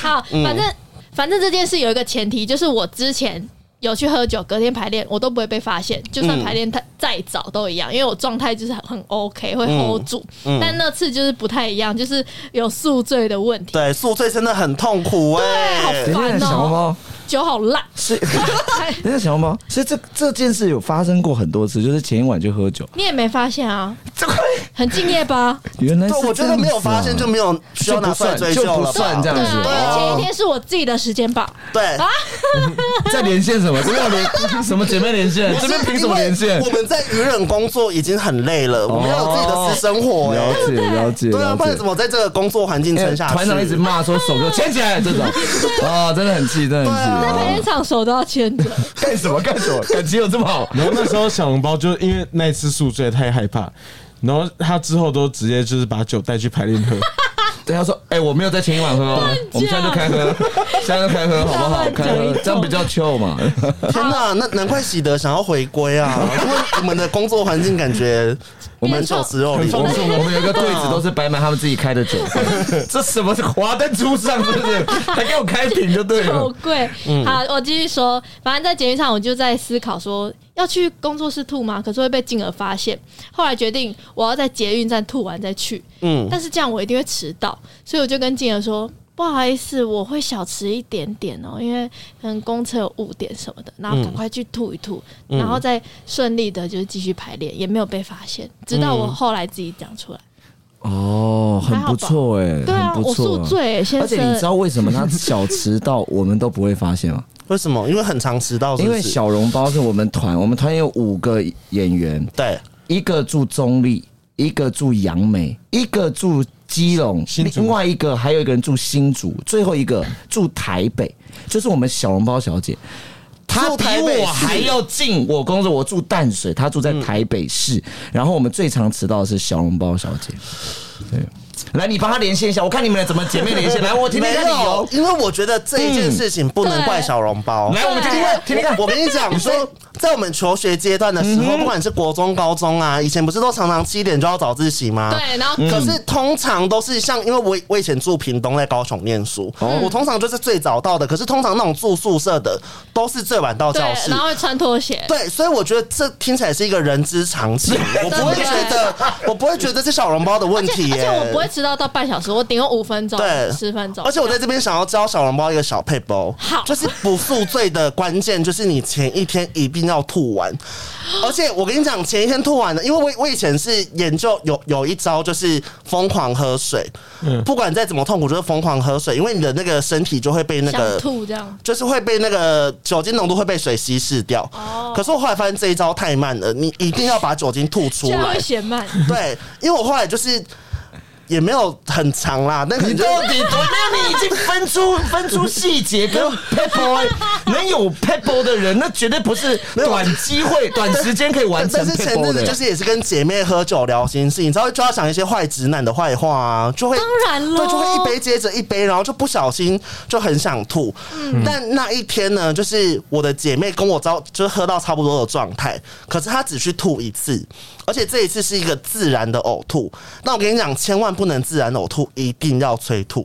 好，
嗯
反正、反正这件事有一个前提，就是我之前有去喝酒，隔天排练我都不会被发现，
嗯
就算排练太再早都一样，因为我状态就是很很 OK，会
嗯
hold 住。但那次就是不太一样，就是有宿醉的问题。
对，宿醉真的很痛苦哎、
对好
等一
烦
哎
下，
哦
小笼包，
酒好烂，
是， (laughs) 等一下小红包，所以这这件事有发生过很多次，就是前一晚就喝酒，
你也没发现啊，
这块
很敬业
(laughs)
吧？
原来是
对，我觉
这样
得没
子啊
有发现就没有需要拿出来追究
就
了
不算
吧？
这样
对
子哦
啊，因为前一天是我自己的时间吧，啊
对，
在连线什么？这边有连什么姐妹连线？这边凭什么连
因
线哦
为我？们在愚人工作已经很累了，我们要有自己的私生活、
了
哎，
解了解，
对啊，
了
不然
解。
怎么在这个工作环境
哎
撑下去？
团长一直骂说手给我牵起来，这种啊，真的很气，真的很气
在排练
啊。
场手都要牵着，
干什么干什么？感情有这么好？
然后那时候小笼包就因为那一次宿醉太害怕，然后他之后都直接就是把酒带去排练
(laughs)
喝，
对，他说：“哎、我没有在前一晚喝哦，我们现在就开喝，现在就开喝，好不好？开喝，这样比较 chill 嘛。
天哪、那难怪喜德想要回归
(laughs)
啊！因为我们的工作环境感觉我们手持肉
很
里，
丰富
我们有一个柜子都是摆满他们自己开的酒， (laughs) 这什么华灯初上，是不
(laughs)
是？还给我开瓶就 (laughs) 对
好
了。
贵。
嗯
好，我继续说，反正在节目上我就在思考说要去工作室吐吗？可是会被静儿发现。后来决定我要在捷运站吐完再去，
嗯，
但是这样我一定会迟到，所以我就跟静儿说。不好意思，我会小迟一点点哦，因为可能公车有误点什么的，然
嗯
后赶快去吐一吐，然后再顺利的就是继续排练，也没有被发现，直到
嗯
我后来自己讲出来。
哦，很不错哎、
对啊，
很
我
不错、
宿醉耶，
而
先
且你知
生。
道为什么他小迟到我们都不会发 (laughs) 现吗？
为什么？因为很常迟到是
因
不是，
为小笼包是我们团，我们团有五个演员，
对
一个住中立，一个住杨梅，一个住基隆，
新竹
另外一个还有一个人住新竹，最后一个住台北，就是我们小笼包小姐。她
住
比
台北市
我还要近我工作，我住淡水，她住在台北市。
嗯
然后我们最常迟到的是小笼包小姐。对，来，你帮她连线一下，我看你们俩怎么姐妹连线。来，我听听
没
看理
有
由，。
因为我觉得这一件事情不能怪小笼包。
来，我们听听看，听听看。
(laughs) 我跟你讲，说在我们求学阶段的时
嗯
候，不管是国中、高中啊，以前不是都常常七点就要早自习吗？。
对，然后
可
嗯
是通常都是像，因为我我以前住屏东，在高雄念书，
嗯
我通常就是最早到的。可是通常那种住宿舍的都是最晚到
对
教，室
然。后会穿拖鞋。
对，所以我觉得这听起来是一个人之常
(laughs)
情，我不会觉得，我不会觉得是小笼包的问
而且
题
而
耶、
且我不会迟到到半小时，我顶多五分钟
对、
十分钟。
而且我在这边想要教小笼包一个小配包，
好
就是不宿醉的关键就是你前一天一定要吐
(gasps)
完。而且我跟你讲，前一天吐完的，因为我我以前是研究有有一招就是疯狂喝水，不管再怎么痛苦，就是疯狂喝水，因为你的那个身体就会被那
想
个。
吐这样。
就是会被那个酒精浓度会被水稀释掉，
哦
可是我后来发现这一招太慢了，你一定要把酒精吐出
这样
来
会。嫌慢，
对，因为我后来就是也没有很长啦，那个
你
就
到底多没有？你已经分出分出细
(laughs)
节跟 pebble，能哎有 pebble 的人，那绝对不是短机
(laughs)
会、短时间可以完成
但是前
pebble
阵子
的。
就是也是跟姐妹喝酒聊心事，你知道就要讲一些坏直男的坏话啊，就会
当然咯
对，就会一杯接着一杯，然后就不小心就很想吐。
嗯
但那一天呢，就是我的姐妹跟我招，就是喝到差不多的状态，可是她只去吐一次，而且这一次是一个自然的呕吐。那我跟你讲，千万不能自然呕吐，一定要催
(laughs)
吐。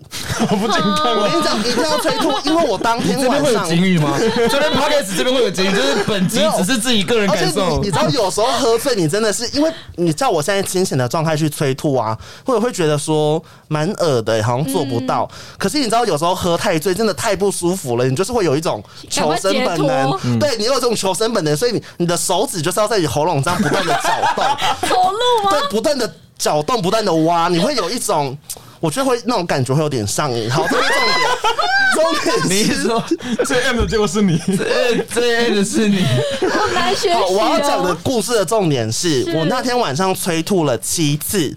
我不健康
我跟你讲，一定要催吐，因为我当
你
天
这 (laughs) 边
晚
会有
上
警语吗？这边 podcast 这边会有警语，就是本集只是自己个人
而
感
且你
受
哦你知。道，有时候喝醉，你真的是因为你照我现在清醒的状态去催吐啊，或者会觉得说蛮恶的、好像做不到。
嗯
可是你知道，有时候喝太醉，真的太不舒服了，你就是会有一种求生本
赶快解
能
脱，
嗯
对你有这种求生本能，所以你你的手指就是要在你喉咙这样不断的搅
(laughs)
动，
(laughs) 走路吗？
对，不断的搅动，不断的挖，你会有一种。我觉得会那种感觉会有点上瘾，好，这是重点，重
你
点
是
是，
说
最 M 的结果是你，
这这的是你？
啊
好难学习
好，我要讲的
哦。
故事的重点是
是
哦
我那天晚上催吐了七次，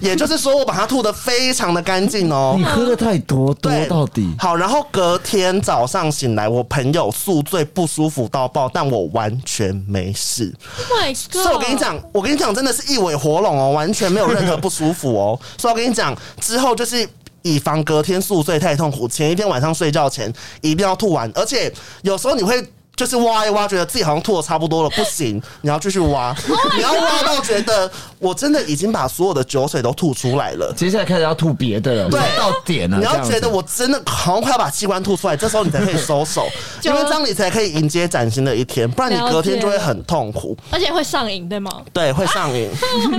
也就是说我把它吐得非常的干净哦
(laughs) 你。喝的太多，多
对，
到底。
好，然后隔天早上醒来，我朋友宿醉不舒服到爆，但我完全没事。
Oh my god！
所以我跟你，讲，我跟你讲，真的是一尾活龙哦，完全没有任何不舒服哦。 (laughs) 所以我跟你讲，之后就是以防隔天宿醉太痛苦，前一天晚上睡觉前一定要吐完，而且有时候你会。就是挖一挖，觉得自己好像吐的差不多了，不行，你要继续挖，你要挖到觉得我真的已经把所有的酒水都吐出来
(laughs)
了，
接下来开始要吐别的了，
对
到点了。
你要
这样子
觉得我真的好像快要把器官吐出来，这时候你才可以收手，因为这样你才可以迎接崭新的一天，不然你隔天就会很痛苦。
而且会上瘾，对吗？
对，会上瘾。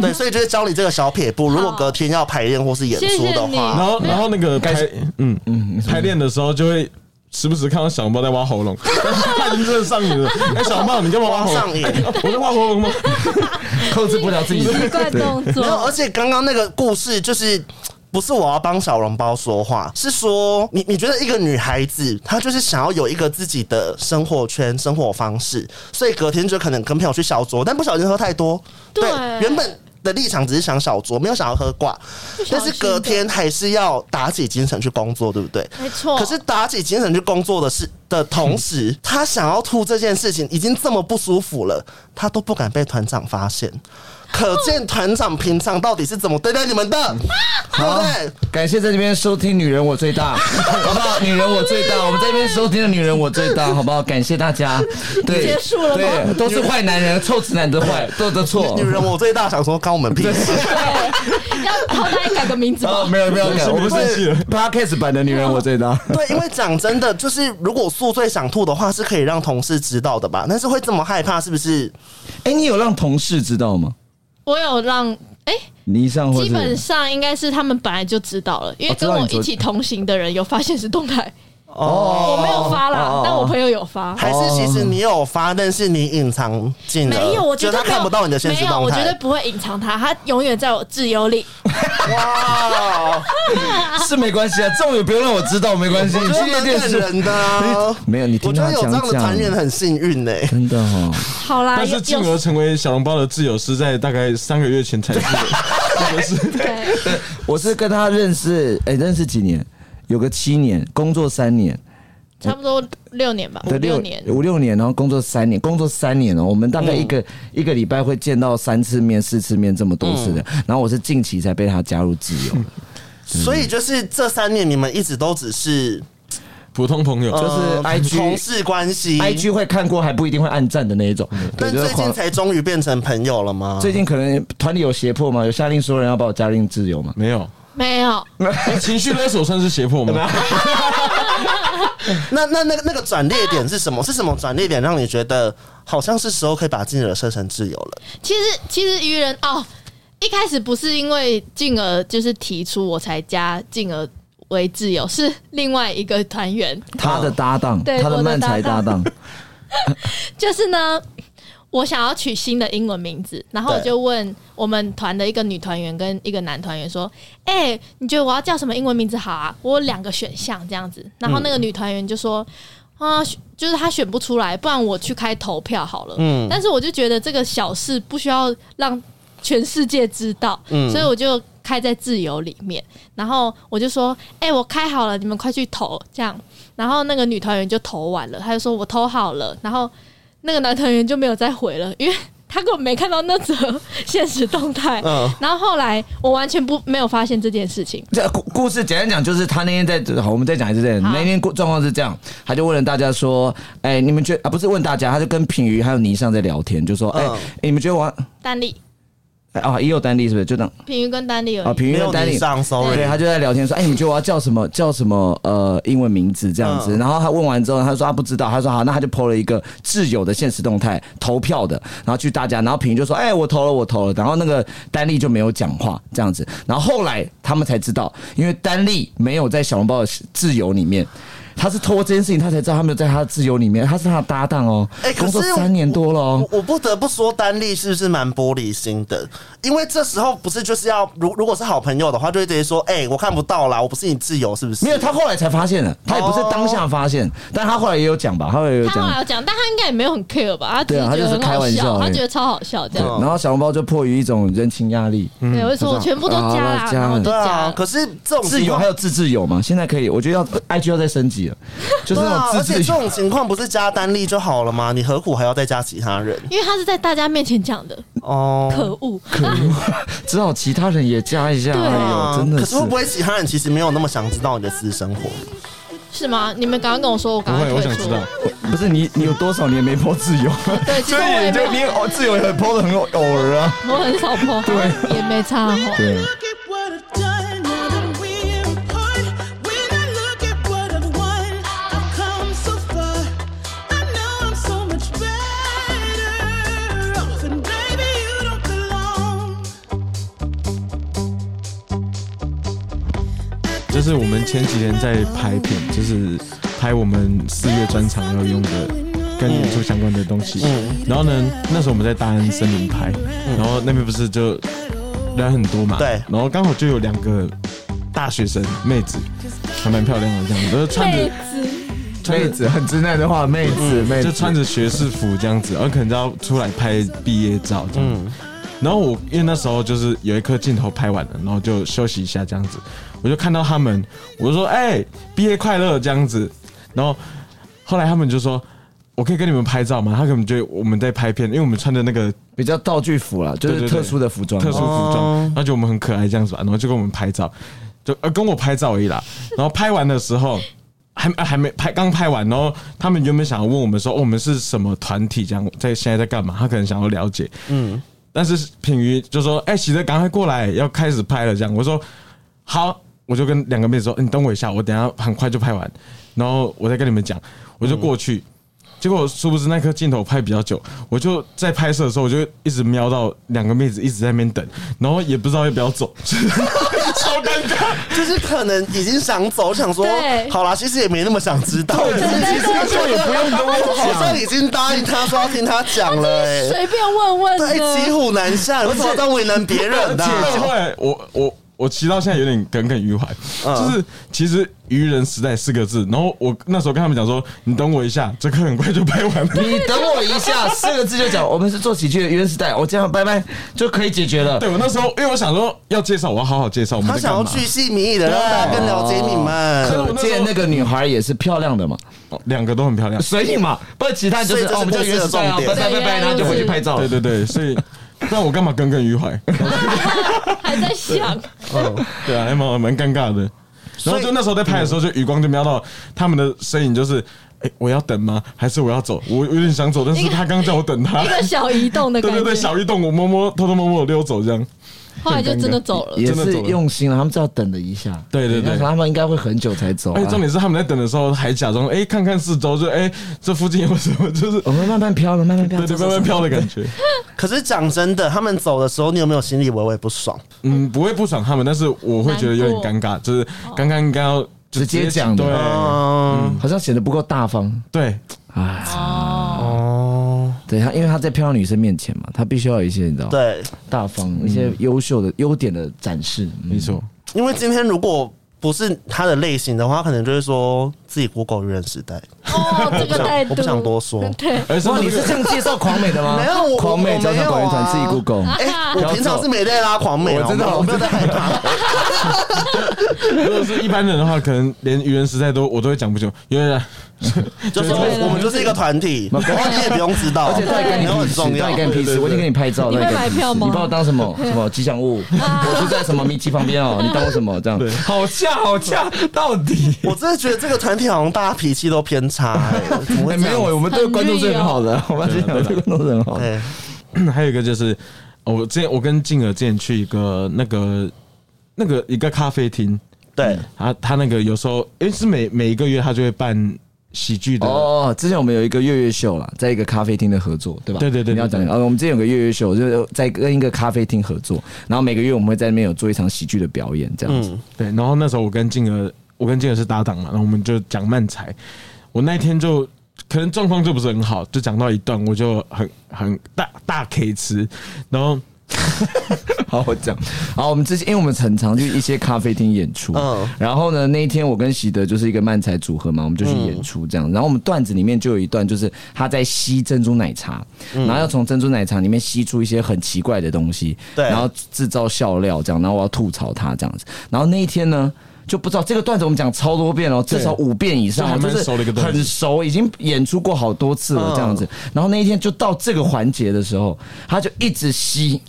对，所以就是教你这个小撇步。如果隔天要排练或是演出的
谢谢你
话，
然后然后那个
该
排
是
嗯嗯排练的时候就会时不时看到小笼包在挖喉咙，但是他已经真的上瘾了。哎、小笼包，你
(laughs)
干嘛挖喉
上
咙？
瘾。
(laughs) 我在挖喉咙吗？
控制不了自己
奇怪动
没有，
作，
而且刚刚那个故事就是。不是我要帮小笼包说话，是说你你觉得一个女孩子她就是想要有一个自己的生活圈、生活方式，所以隔天就可能跟朋友去小酌，但不小心喝太多。
对
原本的立场只是想小酌，没有想要喝挂，但是隔天还是要打起精神去工作，对不对？
没错。嗯
可是打起精神去工作的事的同时，他想要吐这件事情已经这么不舒服了，他都不敢被团长发现。可见团长平常到底是怎么对待你们
啊
的，对不对？
感谢在这边收听《女人我最
(laughs)
大》，好不好？女人我最大，我们在这边收听的《女人我最大》，好不好？感谢大家。对，
结束了吗
对，都是坏男人，臭直男的坏，都的错
(laughs)
女。人我最大，想说关我们屁事。
要好歹改个名字
哦，
吧。
没有没有，没有我们
生气
是
了
podcast 版的《女人我最大》。
对，因为讲真的，就是如果宿醉想吐的话，是可以让同事知道的吧？但是会这么害怕，是不是？
哎，你有让同事知道吗？
我有让，哎、
你上或
基本
哦是
上应该是他们本来就知道了，因为
哦知
跟
道
我
你昨
一起同行的人有发现实动态，
哦，
我没有发啦，
哦哦哦
但我朋友有发。
还是其实你有发，但是你隐藏进了，
没有，我绝
觉得他
对没有
看不到你的现实
没有，
动
我绝对
态。
不会隐藏他，他永远在我自
(laughs)
由里。
哇，
是没关系啊，这种也不用让我知道，没关系。
我
你
觉
去
得
夜
蛮
店
感
是
人的啊。
没有你
我
听
觉
他
得有这
讲
样的团员
讲，
很幸运欸呢、
真的哦。
好啦，
但
有
是进
有
而成为小笼包的自由是在大概三个月前才是的，真的是。
对，
我是跟他认识，哎，认识几年？有个七年，工作三年。
差不多六年吧，五
对
六年。
五六年，然后工作三年，工作三年哦，我们大概一
嗯
个、一个礼拜会见到三次面、四次面这么多次的。
嗯
然后我是近期才被他加入自由的，嗯
所以就是这三年你们一直都只是
普通朋友，
就是
呃
IG
同事关系
IG 会看过还不一定会按赞的那一种。
嗯
对，
但
就是
最近
狂
才终于变成朋友了吗？
最近可能团里有胁迫嘛，有下令所有人要把我加进自由嘛。
没有。
没有，
哎情绪勒索算是胁迫吗？
那那那个那个转捩点是什么？是什么转捩点让你觉得好像是时候可以把自己的设成自由了？
其实其实愚人哦，一开始不是因为静儿就是提出我才加静儿为挚友，是另外一个团员，
他的搭档，
对
他
我的
漫才搭
搭档
档，
(laughs) 就是呢，我想要取新的英文名字，然后我
对
就问我们团的一个女团员跟一个男团员说：“哎、你觉得我要叫什么英文名字好啊？我有两个选项这样子。”然后那个女团员就说：“啊，就是她选不出来，不然我去开投票好了。”嗯，但是我就觉得这个小事不需要让全世界知道，
嗯
所以我就开在自由里面。然后我就说：“哎、我开好了，你们快去投。”这样，然后那个女团员就投完了，她就说：“我投好了。”然后那个男团员就没有再回了，因为他根本没看到那则现实
(laughs)
动态。
嗯
然后后来我完全不没有发现这件事情。
(laughs) 这故故事简单讲，就是他那天在好，我们再讲一次这个。
好
那天故状况是这样，他就问了大家说：“哎、你们觉得啊？不是问大家，他就跟品瑜还有倪尚在聊天，就说：哎、
嗯
你们觉得我
丹丽、
哎啊也有单例是不是？就当
平鱼跟丹丽
啊
而已。
平
没
均
有
单例
你上
对，
，sorry，
他就在聊天说：“哎、你们觉得我要叫什么？
(laughs)
叫什么？呃，英文名字这样子。
嗯
然后他问完之后，他说啊他不知道。他说好，那他就 PO 了一个挚友的现实动态，投票的，然后去大家，然后平就说：哎、我投了，我投了。然后那个丹丽就没有讲话这样子。然后后来他们才知道，因为丹丽没有在小笼包的挚友里面。”他是透过这件事情，他才知道他没有在他的挚友里面，他是他的搭档哦，
哎可
工
是
作三年多了哦
我。我不得不说，丹丽是不是蛮玻璃心的？因为这时候不是就是要，如如果是好朋友的话，就会直接说：“哎、我看不到啦，我不是你自由，是不是？”
没有，他后来才发现的，他也不是当下发现，但他后来也有讲吧，他后来也有
他
讲，
后来有讲，但他应该也没有很 care 吧？他只
对啊他
觉得
就是
很
开
好
玩笑
笑，
而已
他觉得超好笑这
对
样。
然后小笼包就迫于一种人情压力，
对，我就说我全部都加
啊
了，
加
然后我就
对
加
啊
了。。
可是这种
自
情
由
况
还有自治友嘛，现在可以，我觉得要 IG 要再升级了，就是
对啊
那，种
而
自
且
治
这
友。
种情况不是加单例就好了吗？你何苦还要再加其他
(laughs)
人？
因为他是在大家面前讲的，
哦，
可恶！
(laughs) 只好其他人也加一下，
对
哎
啊
呦，真的
哦可
是
是会不会其他人其实没有那么想知道你的私生活？
是吗？你们赶快跟我说，我
不
赶快 (laughs)
会，我
退
想
出
知。道。
不是你？你有多少年没播自由？
对，其实
所
我
以
也
你
没
就
有，
你也哦，自由也播的很偶偶尔啊。
我很少破，
对
也没差吼。
哦
对，
look at what I've done, now that we're apart. When I look at what I've won, I've come so far. I know I'm so much better off, and baby, you don't belong.
这就是我们前几天在拍片，就是拍我们四月专场要用的跟演出相关的东西。然后呢，那时候我们在大安森林拍，然后那边不是就人很多嘛，
对
然后刚好就有两个大学生妹子，还蛮漂亮的这样子，就是穿着
妹子，
穿着
子很直男的话，妹子妹
就穿着学士服这样子，然后可能就要出来拍毕业照这样子。然后我因为那时候就是有一颗镜头拍完了，然后就休息一下这样子，我就看到他们，我就说：“哎、毕业快乐！”这样子。然后后来他们就说：“我可以跟你们拍照吗？”他可能觉得我们在拍片，因为我们穿的那个
比较道具服啦，就
对
是
对对
特殊的服装，哦
特殊服装，然后觉得我们很可爱这样子吧，然后就跟我们拍照，就呃跟我拍照而已
(laughs)
啦。然后拍完的时候，还呃还没拍，刚拍完，然后他们原本想要问我们说，哦、我们是什么团体，这样在现在在干嘛？他可能想要了解，嗯。但是品瑜就说：“哎、喜德，赶快过来，要开始拍了。”这样我说：“好。”我就跟两个妹子说：“你等我一下，我等一下很快就拍完，然后我再跟你们讲。”我就过去。结果殊不知那颗镜头拍比较久，我就在拍摄的时候，我就一直瞄到两个妹子一直在那边等，然后也不知道要不要走， (laughs) 超尴尬。
就是可能已经想走，想说
对
好啦，其实也没那么想知道，就是其实
就也不用跟我
(laughs) 好像已经答应他说要听他讲
(laughs)
了、哎，
随便问问
对，骑
的。
虎难下，你为什么在为难别人
(laughs)
呢、
而且后来我我我骑到现在有点耿耿于怀，就是其实“愚人时代”四个字，然后我那时候跟他们讲说：“你等我一下，这课很快就拍完了。”
你等我一下，四个字就讲，我们是做喜剧的原时代，我这样拜拜就可以解决了。
对我那时候，因为我想说要介绍，我要好好介绍我们
他
在
想
干
要
嘛。
巨细靡遗的让大家更了解你们，
可见那个女孩也是漂亮的嘛，
哦两个都很
(laughs)
漂亮，
所以嘛，不然其他人就是
所以这是
哦，我们就原时代啊，
故事
拜
的重点
拜拜拜，然后就回去拍
哦
照
对
了。
对对，
(laughs)
所以那我干嘛耿耿于怀？
还在想，
对啊，还蛮蛮尴尬的。然
哦
后
所以
就那时候在拍的时候，就余光就瞄到他们的身影，就是，哎，我要等吗？还是我要走？我有点想走，但是他刚叫我等他
一。个小移动的
对
感觉。
对对，小一动，我摸摸，偷偷摸摸地溜走这样。
后来就真的走了。
也
真的
是
走了
用心了，啊他们知道等了一下。
对对对
那他们应该会很久才走啊。
哦
而哎且重点是他们在等的时候还假装哎看看四周，就哎这附近有什么，就是
哦
我们慢慢飘了，慢慢飘，
对对慢慢飘的感觉。
可是讲真的，他们走的时候，你有没有心里微微不爽？
嗯，不会不爽他们，但是我会觉得有点尴尬，就是刚刚应该要就
直接讲的哦
对
嗯，
好像显得不够大方。哎
对，
哦，
对，他因为他在漂亮女生面前嘛，他必须要有一些你知道，
对，
大方一些优秀的优点的展示。
没错，
因为今天如果不是他的类型的话，他可能就会说自己 Google 愚人时代。
哦，这个态度，
我不想多说
(laughs) 对，
而且
哇，你是这样介绍狂美的吗？
没有我
狂
我
美
我
交响管乐
没
团
有啊
自己 Google。
哎，我平常是没在拉狂美，
我知道
好吗我没有在害怕。
如果是一般人的话，可能连愚人时代都我都会讲不久，因为 (coughs)
就说我们就是一个团
(laughs)
体，然后你也不用知道，
而且他也跟你
没有
屁
哦很
事，
重
他
要
也。跟你屁事，我已经给你拍照，
你会
他也跟
买
屁事
票吗
你把我当
(laughs)
什么什么吉祥物？我住在什么米奇旁边哦？你当我什么这样？好恰好恰，到底
我真的觉得这个团体好像大家脾气都偏差，
(laughs)
哎怎么会
哎
这
没有，
样？
我们对观众是很好的，我们对观众是很好的。
对，
还有一个就是，哦我之前我跟静儿之前去一个那个那个一个咖啡厅，
对，
他他那个有时候因为是每每一个月他就会办喜剧的，
哦，之前我们有一个月月秀啦，在一个咖啡厅的合作，对吧？
对对对
你要讲
对
呃，我们之前有个月月秀，就是在跟一个咖啡厅合作，然后每个月我们会在那边有做一场喜剧的表演，这样子。
对，然后那时候我跟静儿，我跟静儿是搭档嘛，然后我们就讲漫才。我那一天就可能状况就不是很好，就讲到一段我就很很大大 K 吃，然后
(laughs) 好，我讲。好，我们之前因为我们很常去一些咖啡厅演出，
嗯
然后呢，那一天我跟喜德就是一个漫才组合嘛，我们就去演出这样。然后我们段子里面就有一段，就是他在吸珍珠奶茶，
嗯
然后要从珍珠奶茶里面吸出一些很奇怪的东西，
对
然后制造笑料这样，然后我要吐槽他这样子。然后那一天呢？就不知道这个段子我们讲超多遍哦，至少五遍以上哦，
这还蛮
就是
熟的一个段子嗯
很熟，已经演出过好多次了这样子。然后那一天就到这个环节的时候，他就一直吸，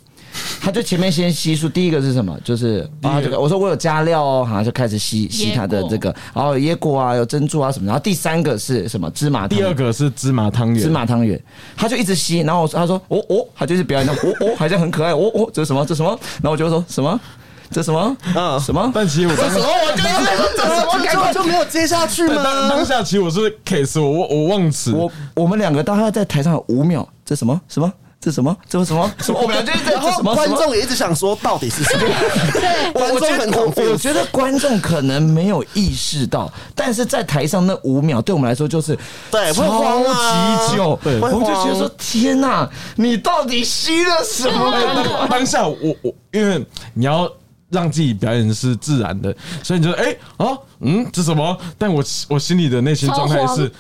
他就前面先吸出第一个是什么？就是啊，这个我说我有加料哦，好像就开始吸吸它的这个，然后有椰果啊，有珍珠啊什么。然后第三个是什么？芝麻汤
第二个是芝麻汤圆，
芝麻汤圆，他就一直吸，然后我说他说哦哦，他就是表演那哦哦，好像很可爱哦哦，这是什么这是什么？然后我就说什么这什么
嗯
什么？
但其实我当
什么？我就一直说这什么？赶
就
快
就没有接下去
(laughs)
但当当
吗？
下其实我是 K 吃，我我忘词，
我我们两个大概在台上有五秒，这什么什么？这什么？这什么？什么？我们俩就是在
然
这
后
什么？
观
什么
众也一直想说到底是
(laughs)
什么，对，观众很恐怖。
我觉得观众可能没有意识到，但是在台上那五秒对我们来说就是
对会
超
慌啊
级久，
对
我们就
会
觉
慌
得说天哪、你到底吸了什么？
哎当当下我我因为你要让自己表演是自然的，所以你就哎、啊嗯这什么？但我我心里的内心状态
超
是
慌。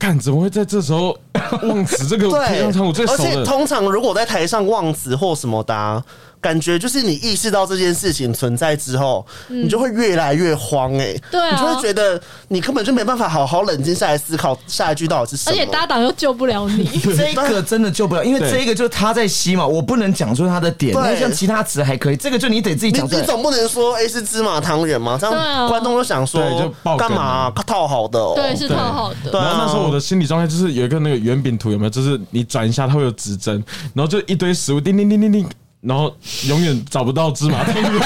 干怎么会在这时候 (coughs) 忘词？这个
对，
平常我最熟
而且
的，
通常如果在台上忘词或什么的啊、感觉就是你意识到这件事情存在之后，
嗯
你就会越来越慌哎、
对啊
你就会觉得你根本就没办法好好冷静下来思考下一句到底是什
而
么。
且搭档又救不了你，
(laughs)
这个真的救不了，因为
对
这个就是他在吸嘛，我不能讲出他的点。
对
那像其他词还可以，这个就你得自己
你
讲出
你
来。
总不能说哎、是芝麻汤圆嘛，这
对
样
啊
观众就想说
对就爆梗
干嘛啊、套好的哦、
对，是套好的
对。
然后那时候我的心理状态就是有一个那个圆饼图，有没有？就是你转一下，它会有指针，然后就一堆食物，叮叮叮叮叮，然后永远找不到芝麻汤圆。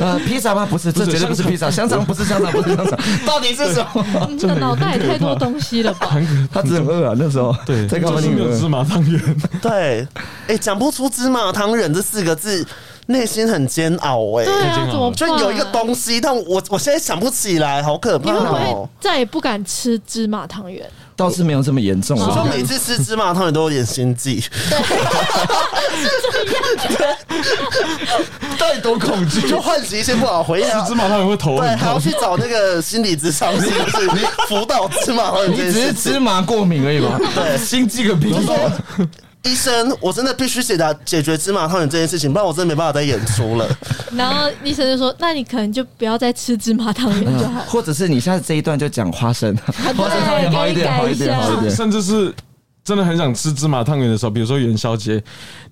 呃，披萨吗？不是，
不
这
是
绝对不是披萨。香肠不是香肠，不是香肠，到底是什么？
你的脑袋也太多东西了吧？
(laughs) 他只很饿啊，那时候
对，
在干
就
嘛？
是
你
没
很
有芝
饿。
麻汤圆。 (laughs)
对，哎，讲不出芝麻汤圆这四个字，内心很煎熬哎、
对
太煎
啊，
熬
怎么
了
办
就有一个东西，但我我现在想不起来，好可怕
你会不
哦
会！再也不敢吃芝麻汤圆？
倒是没有这么严重
我说
啊。
每次吃芝麻汤圆都有点心悸，
到底多恐惧？
就唤起一些不好回忆。啊
芝麻汤圆会头
对，
很
还要
痛
去。找那个心理咨商师，就是辅导芝麻汤圆
你
这
(laughs) 只
件
是
事
芝
情。
麻过敏而已嘛，
对
心悸个屁！
医生，我真的必须解答解决芝麻汤圆这件事情，不然我真的没办法再演出 (laughs) 了。
然后医生就说：“那你可能就不要再吃芝麻汤圆
(laughs)
就好。
或者是你下次这一段就讲花生， (laughs) 花生汤也
对
好一点，好
可
一
以改一
点，
下
好一点。
甚至是真的很想吃芝麻汤圆的时候，比如说元宵节，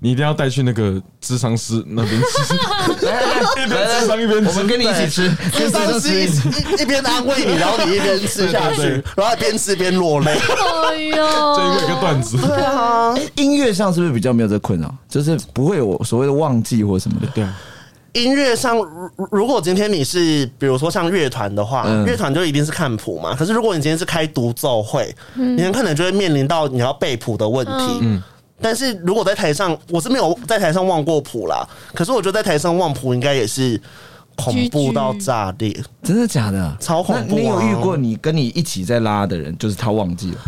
你一定要带去那个智商师那边吃，
来来
一
来
边
来
智商一边
我们
吃。
跟你一起吃，
智商师一一一边安慰你，然后你一边吃下
对对
去
对，
然后边吃边落泪。”
哎
这一个有一
呦，
个段
(laughs)
子，
对啊，
音乐上是不是比较没有这困扰？就是不会有所谓的忘记或什么的。
对，
音乐上，如如果今天你是比如说像乐团的话
嗯，
乐团、就一定是看谱嘛。可是如果你今天是开独奏会，你很可能就会面临到你要背谱的问题。但是如果在台上，我是没有在台上忘过谱啦。可是我觉得在台上忘谱应该也是恐怖到炸裂。
真的假的？
超恐怖啊
那你有遇过你跟你一起在拉的人，就是他忘记了？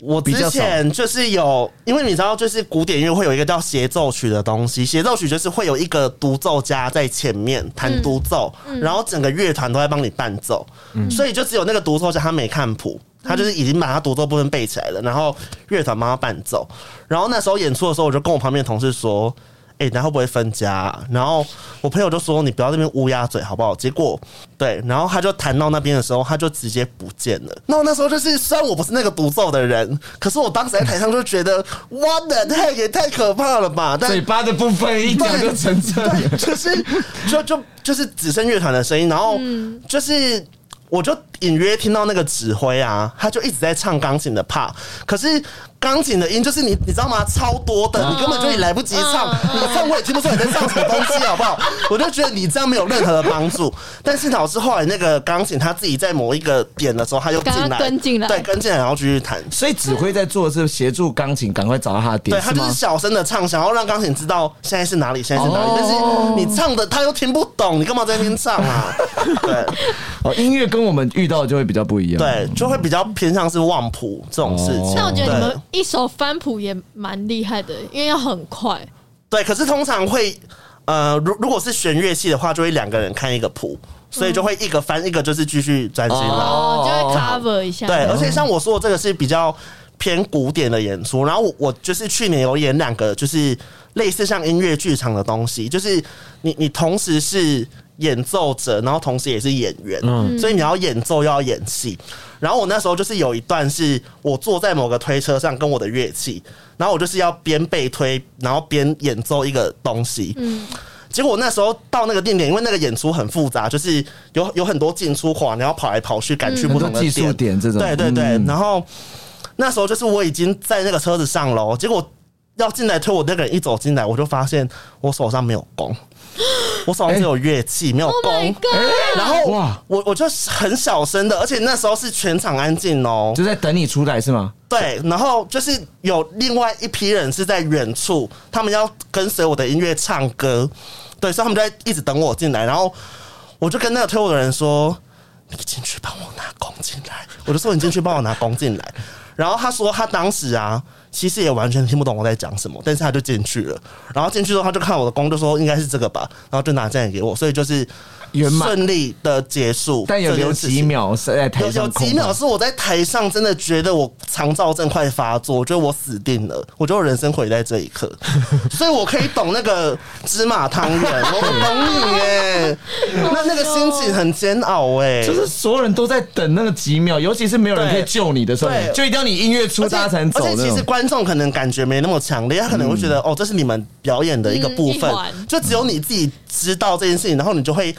我
比较
之
少
前就是有，因为你知道，就是古典乐会有一个叫协奏曲的东西，协奏曲就是会有一个独奏家在前面弹独奏，然后整个乐团都在帮你伴奏，
嗯
所以就只有那个独奏家他没看谱。他就是已经把他独奏部分背起来了，然后乐团帮他伴奏。然后那时候演出的时候，我就跟我旁边的同事说：“哎、欸，然后会不会分家啊、然后我朋友就说：“你不要在那边乌鸦嘴好不好？”结果对，然后他就弹到那边的时候，他就直接不见了。那我那时候就是，虽然我不是那个独奏的人，可是我当时在台上就觉得，哇，的太也太可怕了吧！但
嘴巴的部分一讲就成这样。
(laughs) 对，就是就就就是只剩乐团的声音，然后
嗯
就是。我就隐约听到那个指挥啊，他就一直在唱钢琴的 part，可是钢琴的音就是你你知道吗？超多的，你根本就也来不及唱，
嗯
你唱我也听不出来你在唱什么东西，好不好？我就觉得你这样没有任何的帮助。但是老师后来那个钢琴他自己在某一个点的时候，他就进
刚
来
刚跟进来
对，跟进来然后继续弹。
所以指挥在做的是协助钢琴赶快找到他的
对
点，
他
是
就是
吗？
小声的唱，想要让钢琴知道现在是哪里，现在是哪里。
哦
但是你唱的他又听不懂，你干嘛在那边唱
(laughs)
啊？对
哦，音乐跟我们遇到的就会比较不一样。
对，就会比较偏向是忘谱这种事情。
哦
那我觉得你
对
们一手翻谱也蛮厉害的，因为要很快。
对，可是通常会呃，如如果是弦乐器的话，就会两个人看一个谱，所以就会一个翻，一个就是继续专心了。
哦，就会 cover 一下。
对，而且像我说的这个是比较偏古典的演出，然后我我就是去年有演两个就是类似像音乐剧场的东西，就是你你同时是演奏者，然后同时也是演员，
嗯
所以你要演奏又要演戏。然后我那时候就是有一段是我坐在某个推车上跟我的乐器，然后我就是要边被推，然后边演奏一个东西，
嗯，
结果我那时候到那个地点，因为那个演出很复杂，就是有有很多进出口，你要跑来跑去，赶去不同的
很多技术点这种
对对对，
嗯
然后那时候就是我已经在那个车子
(gasps)
上了哦，结果要进来推我那个人一走进来，我就发现我手上没有弓，我手上只有乐器，没有
Oh
哦
my
弓。
god！
然后
哇
我我就很小声的，而且那时候是全场安静哦。
就在等你出来是吗？
对，然后就是有另外一批人是在远处，他们要跟随我的音乐唱歌，对，所以他们就在一直等我进来，然后我就跟那个推我的人说：“你进去帮我拿弓进来。”我就说：“你进去帮我拿弓进来。”然后他说他当时啊，其实也完全听不懂我在讲什么，但是他就进去了。然后进去之后，他就看我的弓，就说应该是这个吧，然后就拿这样给我，所以就是
圆满
顺利的结束。
但有留几。秒是在台
有有
上空
几秒是我在台上真的觉得我肠燥症快发作，我觉得我死定了，我觉得我人生毁在这一
(laughs)
刻，所以我可以懂那个芝麻汤圆，我懂你
(laughs)
耶，那那个心情很煎熬哎，
就是所有人都在等那个几秒，尤其是没有人可以救你的时候
对，
就一定要你音乐出，
而且
大家才能走
而且其
那
实
种。嗯
观众可能感觉没那么强烈，他可能会觉得、哦，这是你们表演的一个部
嗯
分
一，环
就只有你自己知道这件事情，然后你就会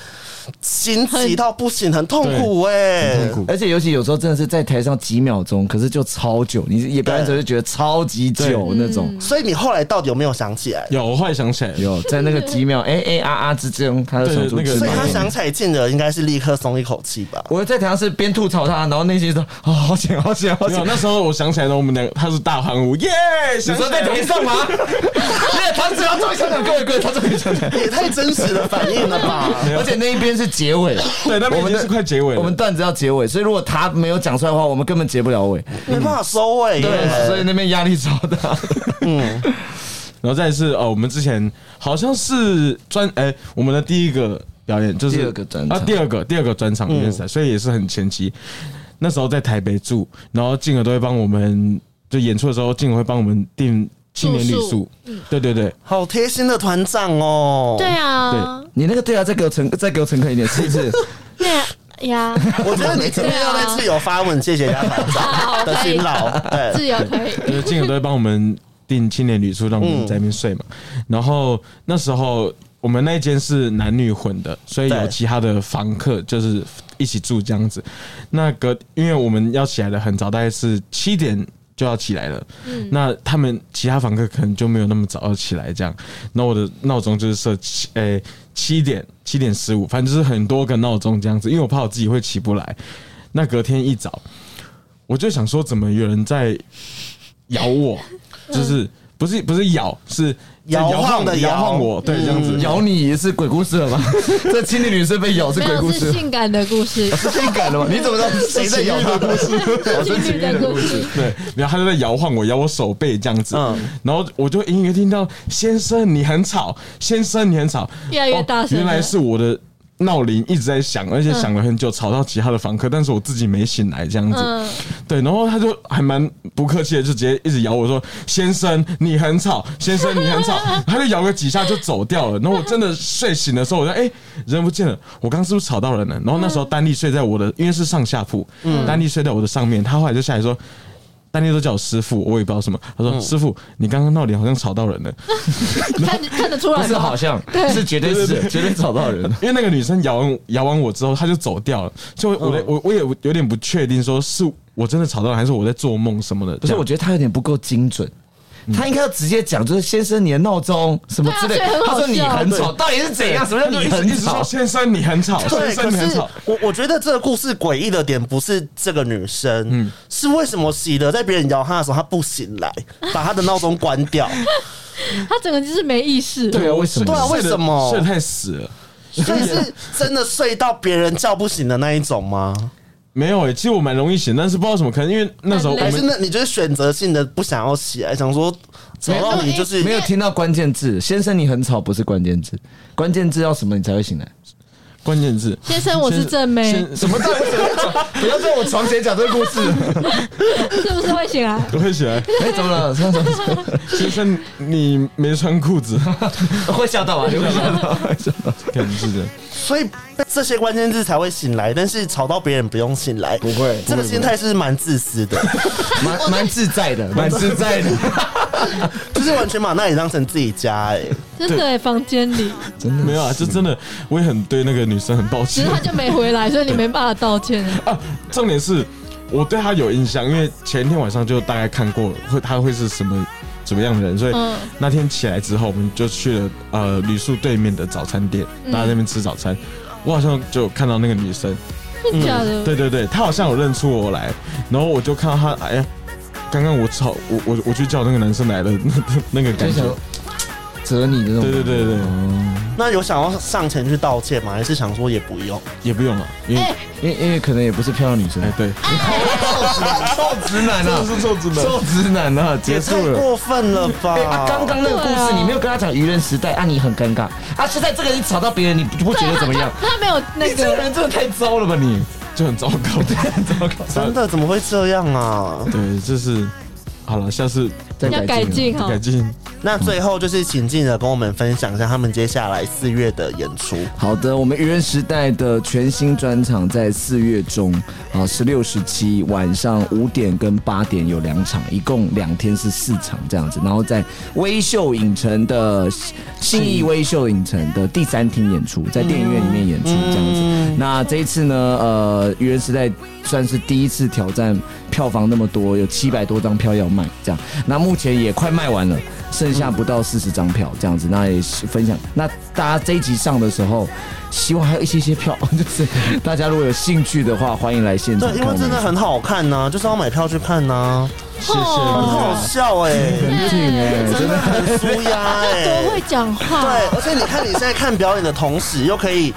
心急到不行，很痛苦哎，
很痛苦。
而且尤其有时候真的是在台上几秒钟，可是就超久，你也表演者就觉得超级久那种。
所以你后来到底有没有想起来？
有，我后来想起来，有，
有在那个
(laughs)
几秒哎哎啊啊之中，他就
对
手出
那个
芝
所以
麻
他
给
想
你。
起来进的应该是立刻松一口气吧。
我在台上是边吐槽他，然后内心说：“哦，好险，好险，好
没有，
险
那时候我想起来了，我们两个他是大欢呼，耶！！”
你
想起
说在
来了
台上吗？
(laughs)
对，他只要终于想想，各位各位，他终于想想。
(laughs) 也太真实的反应了吧！
而且那一边是结尾，
对，那边
我
已
们
经
的
是快结尾了，
我们段子要结尾，所以如果他没有讲出来的话，我们根本结不了尾。
(laughs) 没办法收尾耶，
对，所以那边压力超大。
然后再一次哦，我们之前好像是专哎、我们的第一个表演就是
第二个专场嗯
啊，第二个第二个专场比赛，所以也是很前期。那时候在台北住，然后静儿都会帮我们，就演出的时候，静儿会帮我们订青年旅
住
宿
宿。
对对对，
好贴心的团长哦。
对，啊，
你那个对啊，再给我诚，再给我诚恳一点，是不是？
对啊呀，
我觉得你今天要在自由发文，谢谢人家团
(laughs)
长的辛劳。对， (laughs)
自由可以。
就是静儿呃都会帮我们订青年旅宿，让我们在那边睡嘛。然后那时候我们那一间是男女混的，所以有
对
其他的房客就是一起住这样子。那个因为我们要起来的很早，大概是七点。就要起来了，那他们其他房客可能就没有那么早要起来，这样。那我的闹钟就是设七，诶、七点七点十五，反正就是很多个闹钟这样子，因为我怕我自己会起不来。那隔天一早，我就想说，怎么有人在
(laughs)
咬我，就是不是不是咬，是
摇晃的摇
摇晃我，对，这样
嗯
子。
嗯咬你也是鬼故事了 (laughs) 吗？这青年女生被咬是
没
鬼
有
故
是
事，
性感的故事，
(laughs) 是性感的吗？你怎么知道 (laughs) 是谁在咬她？哦
情侣的故事。
对，然后他就在摇晃我，摇我手背这样子，
嗯
然后我就隐约听到“先生你很吵，先生你很吵”，
越来越大声
哦
了嗯
原来是我的闹铃一直在响，而且响了很久，吵到其他的房客，但是我自己没醒来这样子。
嗯
对，然后他就还蛮不客气的，就直接一直咬我说：“先生你很吵，先生你很吵。”他就咬个几下就走掉了。然后我真的睡醒的时候，我就哎、人不见了，我刚刚是不是吵到人了？然后那时候丹丽睡在我的，因为是上下铺，丹丽睡在我的上面，他后来就下来说。丹丽都叫我师傅，我也不知道什么。他说：“师傅，你刚刚闹铃好像吵到人了。” (laughs)
看看得出
不
来
是好
吗？
像，是绝对是绝对找到人了。
因为那个女生咬完咬完我之后，她就走掉了，所以我的我我也有点不确定，说是我真的吵到了，还是我在做梦什么的。
不是，我觉得他有点不够精准。他应该要直接讲，就是先生，你的闹钟什么之类
对啊所以。很好
他说你很
笑
吵，到底是怎样？什么叫
得
你
一直
很
一直
吵
说？先生你很吵，先
对，可
生你很
是
吵。
我我觉得这个故事诡异的点不是这个女生，是为什么喜德在别人摇她的时候，她不醒来，把她的闹钟关掉。
他整个就是没意识。
对啊，为什
对啊
么？
为什么
睡得太死了？
所以 (laughs) 是真的睡到别人叫不醒的那一种吗？
没有诶、欸其实我蛮容易醒，但是不知道怎么，可能因为那时候我
很累
还是
们
那你就是选择性的不想要起来，想说吵到你就是
(laughs) 没有听到关键字，先生，你很吵不是关键字，关键字要什么你才会醒来？
关键字
先生，我是正妹，
先
什么到底怎么讲？不要在我床前讲这个故事。
是不是会醒来？
(laughs) 我会起来，
(laughs) 哎，怎么了？怎么了
先生你没穿裤
(laughs)
子，
会吓 (laughs) 到啊！你会吓
(laughs)
到，会吓到。
可能是的。
所以这些关键字才会醒来，但是吵到别人不用醒来，不
会
这个心态是蛮自私的，
蛮蛮自在的， (laughs) 蛮自在的，
(laughs) 就是完全把那里当成自己家、哎，
真的欸房间里，
真
没有啊，就真的我也很对那个女生很抱
只
歉
是。他就没回来，所以你没办法道歉。
啊， (laughs) 重点是我对他有印象，因为前一天晚上就大概看过会他会是什么怎么样的人，所以
嗯
那天起来之后，我们就去了呃旅宿对面的早餐店，
嗯
大家在那边吃早餐。我好像就有看到那个女生，
真的假的？
对对对，她好像有认出我来，然后我就看到她，哎呀，刚刚我吵我我我去叫那个男生来的 (laughs) 那个
就
感觉
想，折你的那种。
对对对对，
那有想要上前去道歉吗？还是想说也不用？
也不用了，因为
哎啊
因为因为可能也不是漂亮女生
哎、，对，
臭直男 (laughs) 啊，
是臭直男
臭直男啊，
也
结
太
束了。
过分了
(laughs) 哎
吧！
啊刚刚那个故事，你没有跟他讲愚人时代啊，你很尴尬啊。现在这个你吵到别人，你不不觉得怎么样？
(laughs) 他没有那
你这个
个，
人真的太糟了吧你！
就很糟 (laughs) 糕，很糟糕，
真的怎么会这样啊？
(laughs) 对，就是好了，下次
再
要改
哦
进哈
改。进。
那最后就是请静的跟我们分享一下他们接下来四月的演出。
好的，我们愚人时代的全新专场在四月中啊，十六、十七晚上五点跟八点有两场，一共两天是四场这样子。然后在微秀影城的信义微秀影城的第三厅演出，在电影院里面演出这样子。那这一次呢，呃，愚人时代算是第一次挑战票房那么多，有七百多张票要卖，这样。那目前也快卖完了，剩下不到四十张票这样子。那也是分享，那大家这一集上的时候，希望还有一些些票， (laughs) 就是大家如果有兴趣的话，欢迎来现场
对，
看
因
我
为
们。
真的很好看呐、就是要买票去看呐、
谢
很好
哦
谢，
笑哎、
很挺哎，真
真的很舒压哎、
多会讲话，
对，而且你看你现在看表演的同时，又可以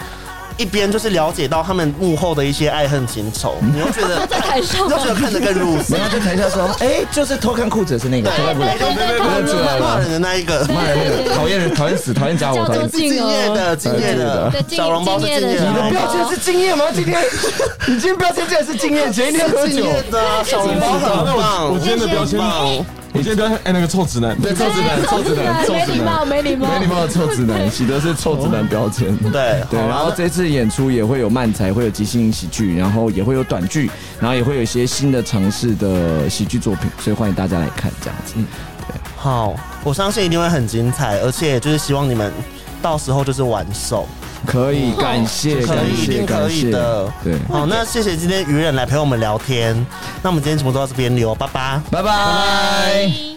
一边就是了解到他们幕后的一些爱恨情仇，你又觉得
在台
你
上
又觉
(laughs)
得看得更入神
人。家在台下
(laughs)
说，哎、就是偷看裤子的是那个，偷看裤子，
就
出
是
来
骂
了，
人的那一个，
骂人哎那个，讨厌人，讨厌死，讨厌假我，
叫
讨
做
厌死。
敬
敬
业
哦，
的，敬业的
对，敬
小笼包是敬业
敬业的
你的标签是敬业吗？今天 (laughs) 你今天标签竟然是敬业，前一天喝
敬
酒。
业的，小笼包很棒。
我今天的标签，我今天标签，哎，那个臭直男，
对，臭直男，臭直男，臭
没
直
礼貌，
男，
没礼貌，
没礼貌的臭
(laughs)
直男，喜德是臭直男标签。
对
对，
好啊
然后这次演出也会有漫才，会有即兴喜剧，然后也会有短剧，然后也会有一些新的尝试的喜剧作品，所以欢迎大家来看这样
嗯
子。
好，我相信一定会很精彩，而且就是希望你们到时候就是完售，
可以，感谢，
哦可
感
以，一
谢，
定可
感
以
谢。
的。
对，
好，那谢谢今天愚人来陪我们聊天，那我们今天节目就到这边留，拜拜。
拜拜。
拜。